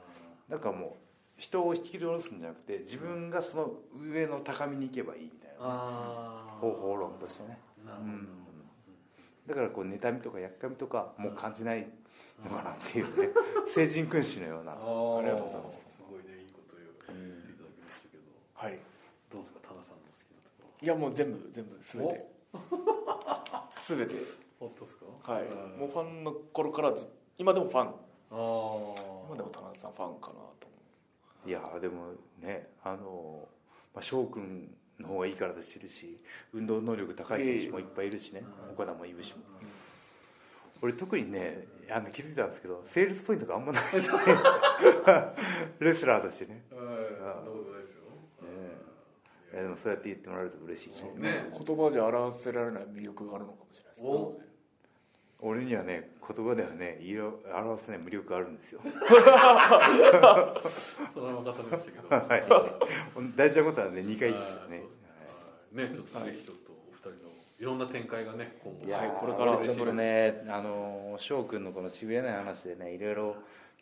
S3: なんかもう人を引き下ろすんじゃなくて自分がその上の高みに行けばいいみたい
S2: ー
S3: な
S2: あー
S3: 方法論としてね
S2: なるほどなるほど
S3: だからこう妬みとかやっかみとかもう感じないのかなっていうね聖人君子のような
S2: あー
S1: ありがとうございます
S2: すごいねいいこと言っていただきましたけど、
S1: はい
S2: どうですかタナさんの好きなところ
S1: いやもう全部全部全て全て
S2: 本当ですか
S1: はい
S2: うん
S1: もうファンの頃からず今でもファン
S2: あ
S1: 今でも田中さんファンかなと
S3: いやーでもねあのーまあ翔くんの方がいいからだしいるし運動能力高い選手もいっぱいいるしね、岡田もいるしも、俺特にねあの気づいたんですけどセールスポイントがあ
S2: [LAUGHS]
S3: んまないレスラーとしてね
S2: あはいそんなことないですよ
S3: いやでもそうやって言ってもらえると嬉しいね
S1: 思う
S2: ね
S1: 言葉じゃ表せられない魅力があるのかもしれないですな
S2: お
S1: ので
S3: 俺にはね言葉ではね言いよう表せない無力があるんですよ [LAUGHS]
S2: そのまま重ねましたけど
S3: はい大事なことはね2回言いましたね
S2: はいそうですねねちょっとぜひちょっとお二人のいろんな展開開がね今後
S3: いやー
S1: これから
S3: 俺ちょっとねあのー翔くんのこの渋谷の話でねいろいろ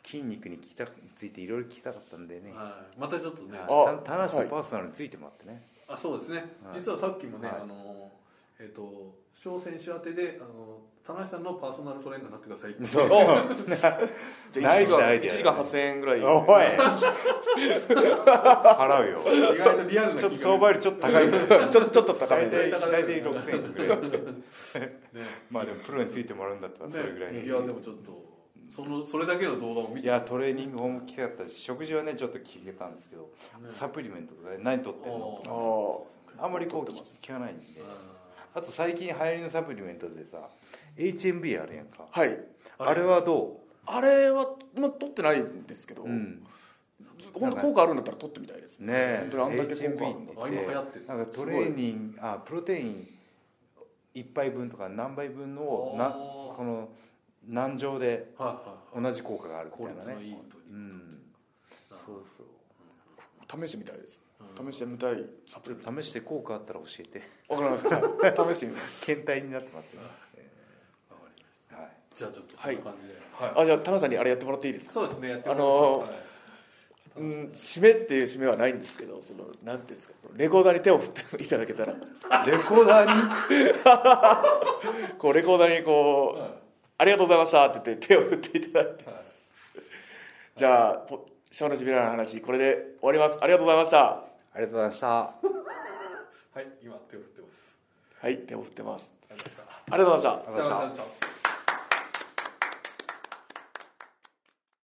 S3: 筋肉に聞きたついていろいろ聞きたかったんでね
S2: はいまたちょっとね
S1: あ
S3: た田中
S1: は
S3: の
S1: い
S3: パーソナルについてもあってね、
S2: あそうですね、
S3: はい
S2: 実はさっきもね、
S3: はい
S2: あのえっ、と小選手宛てであの田中さんのパーソナルトレーナーになってくださいって
S3: そう
S1: じゃあ
S3: ナ
S1: 1
S3: イス
S1: 時間
S3: アイデア
S1: 1時間8000円ぐらい
S3: おい [LAUGHS] 払うよ
S2: 意外とリアルな
S3: ちょっと
S2: 気
S3: 相
S2: が
S3: 場よりちょっと高いぐらい
S1: ちょっと高め
S3: 大体
S1: で
S3: 大体6000円ぐらい
S2: ね
S3: [LAUGHS] まあでもプロについてもらうんだったらそれぐらい、
S2: ね
S1: ね
S2: いやでもちょっとそのそれだけの動画を見
S3: い
S2: て
S3: やトレーニング法も聞きたかったし食事はねちょっと聞けたんですけど、
S2: ね
S3: サプリメントとかね何取ってんの
S1: あ
S3: と
S1: あ
S3: かあんまりこう聞聞かないんであと最近流行りのサプリメントでさ HMB あるやんか
S1: はい
S3: あれはど
S1: あれは、まあ、取ってないんですけど、
S3: う、うん、
S1: 本当効果あるんだったら取ってみたいです
S3: ねえ
S1: 本当にあんだけ効果あるんだったら
S2: あ今流行ってる
S3: なんかトレーニングあプロテイン1杯分とか何杯分のを
S2: おー
S3: なその難乗で
S2: はいはいはい
S3: 同じ効果があるみ
S2: 効
S3: たいな
S2: 率のいい
S3: ね
S2: 取り
S3: うんそうそう
S1: 試してみたいです試してみたいサプ
S3: ちょ
S1: リ
S3: っ
S1: メン
S3: と試して効果あったら教えて
S1: トわからないですはい試してみます
S3: 検体になってもらってね
S2: わかりまし
S3: はい
S2: たじゃあちょっとそんな感じではい、
S1: あじゃあ田中さんにあれやってもらっていいですか
S2: そうですねやって
S1: あ
S2: みまし
S1: の
S2: ょ
S1: ー
S2: うはい
S1: うん締めっていう締めはないんですけどそのなんていうんですかレコーダーに手を振っていただけた [LAUGHS] ら
S6: レコーダーに
S1: こうレコーダーにこう、ありがとうございました」って言って手を振っていただいて、じゃあポ小のしびらの話これで終わりますありがとうございました
S3: ありがとうございました
S2: はい今手を振ってます
S1: はい手を振ってます
S2: ありがとうございました
S1: ありがとうございました
S2: ありがとうございました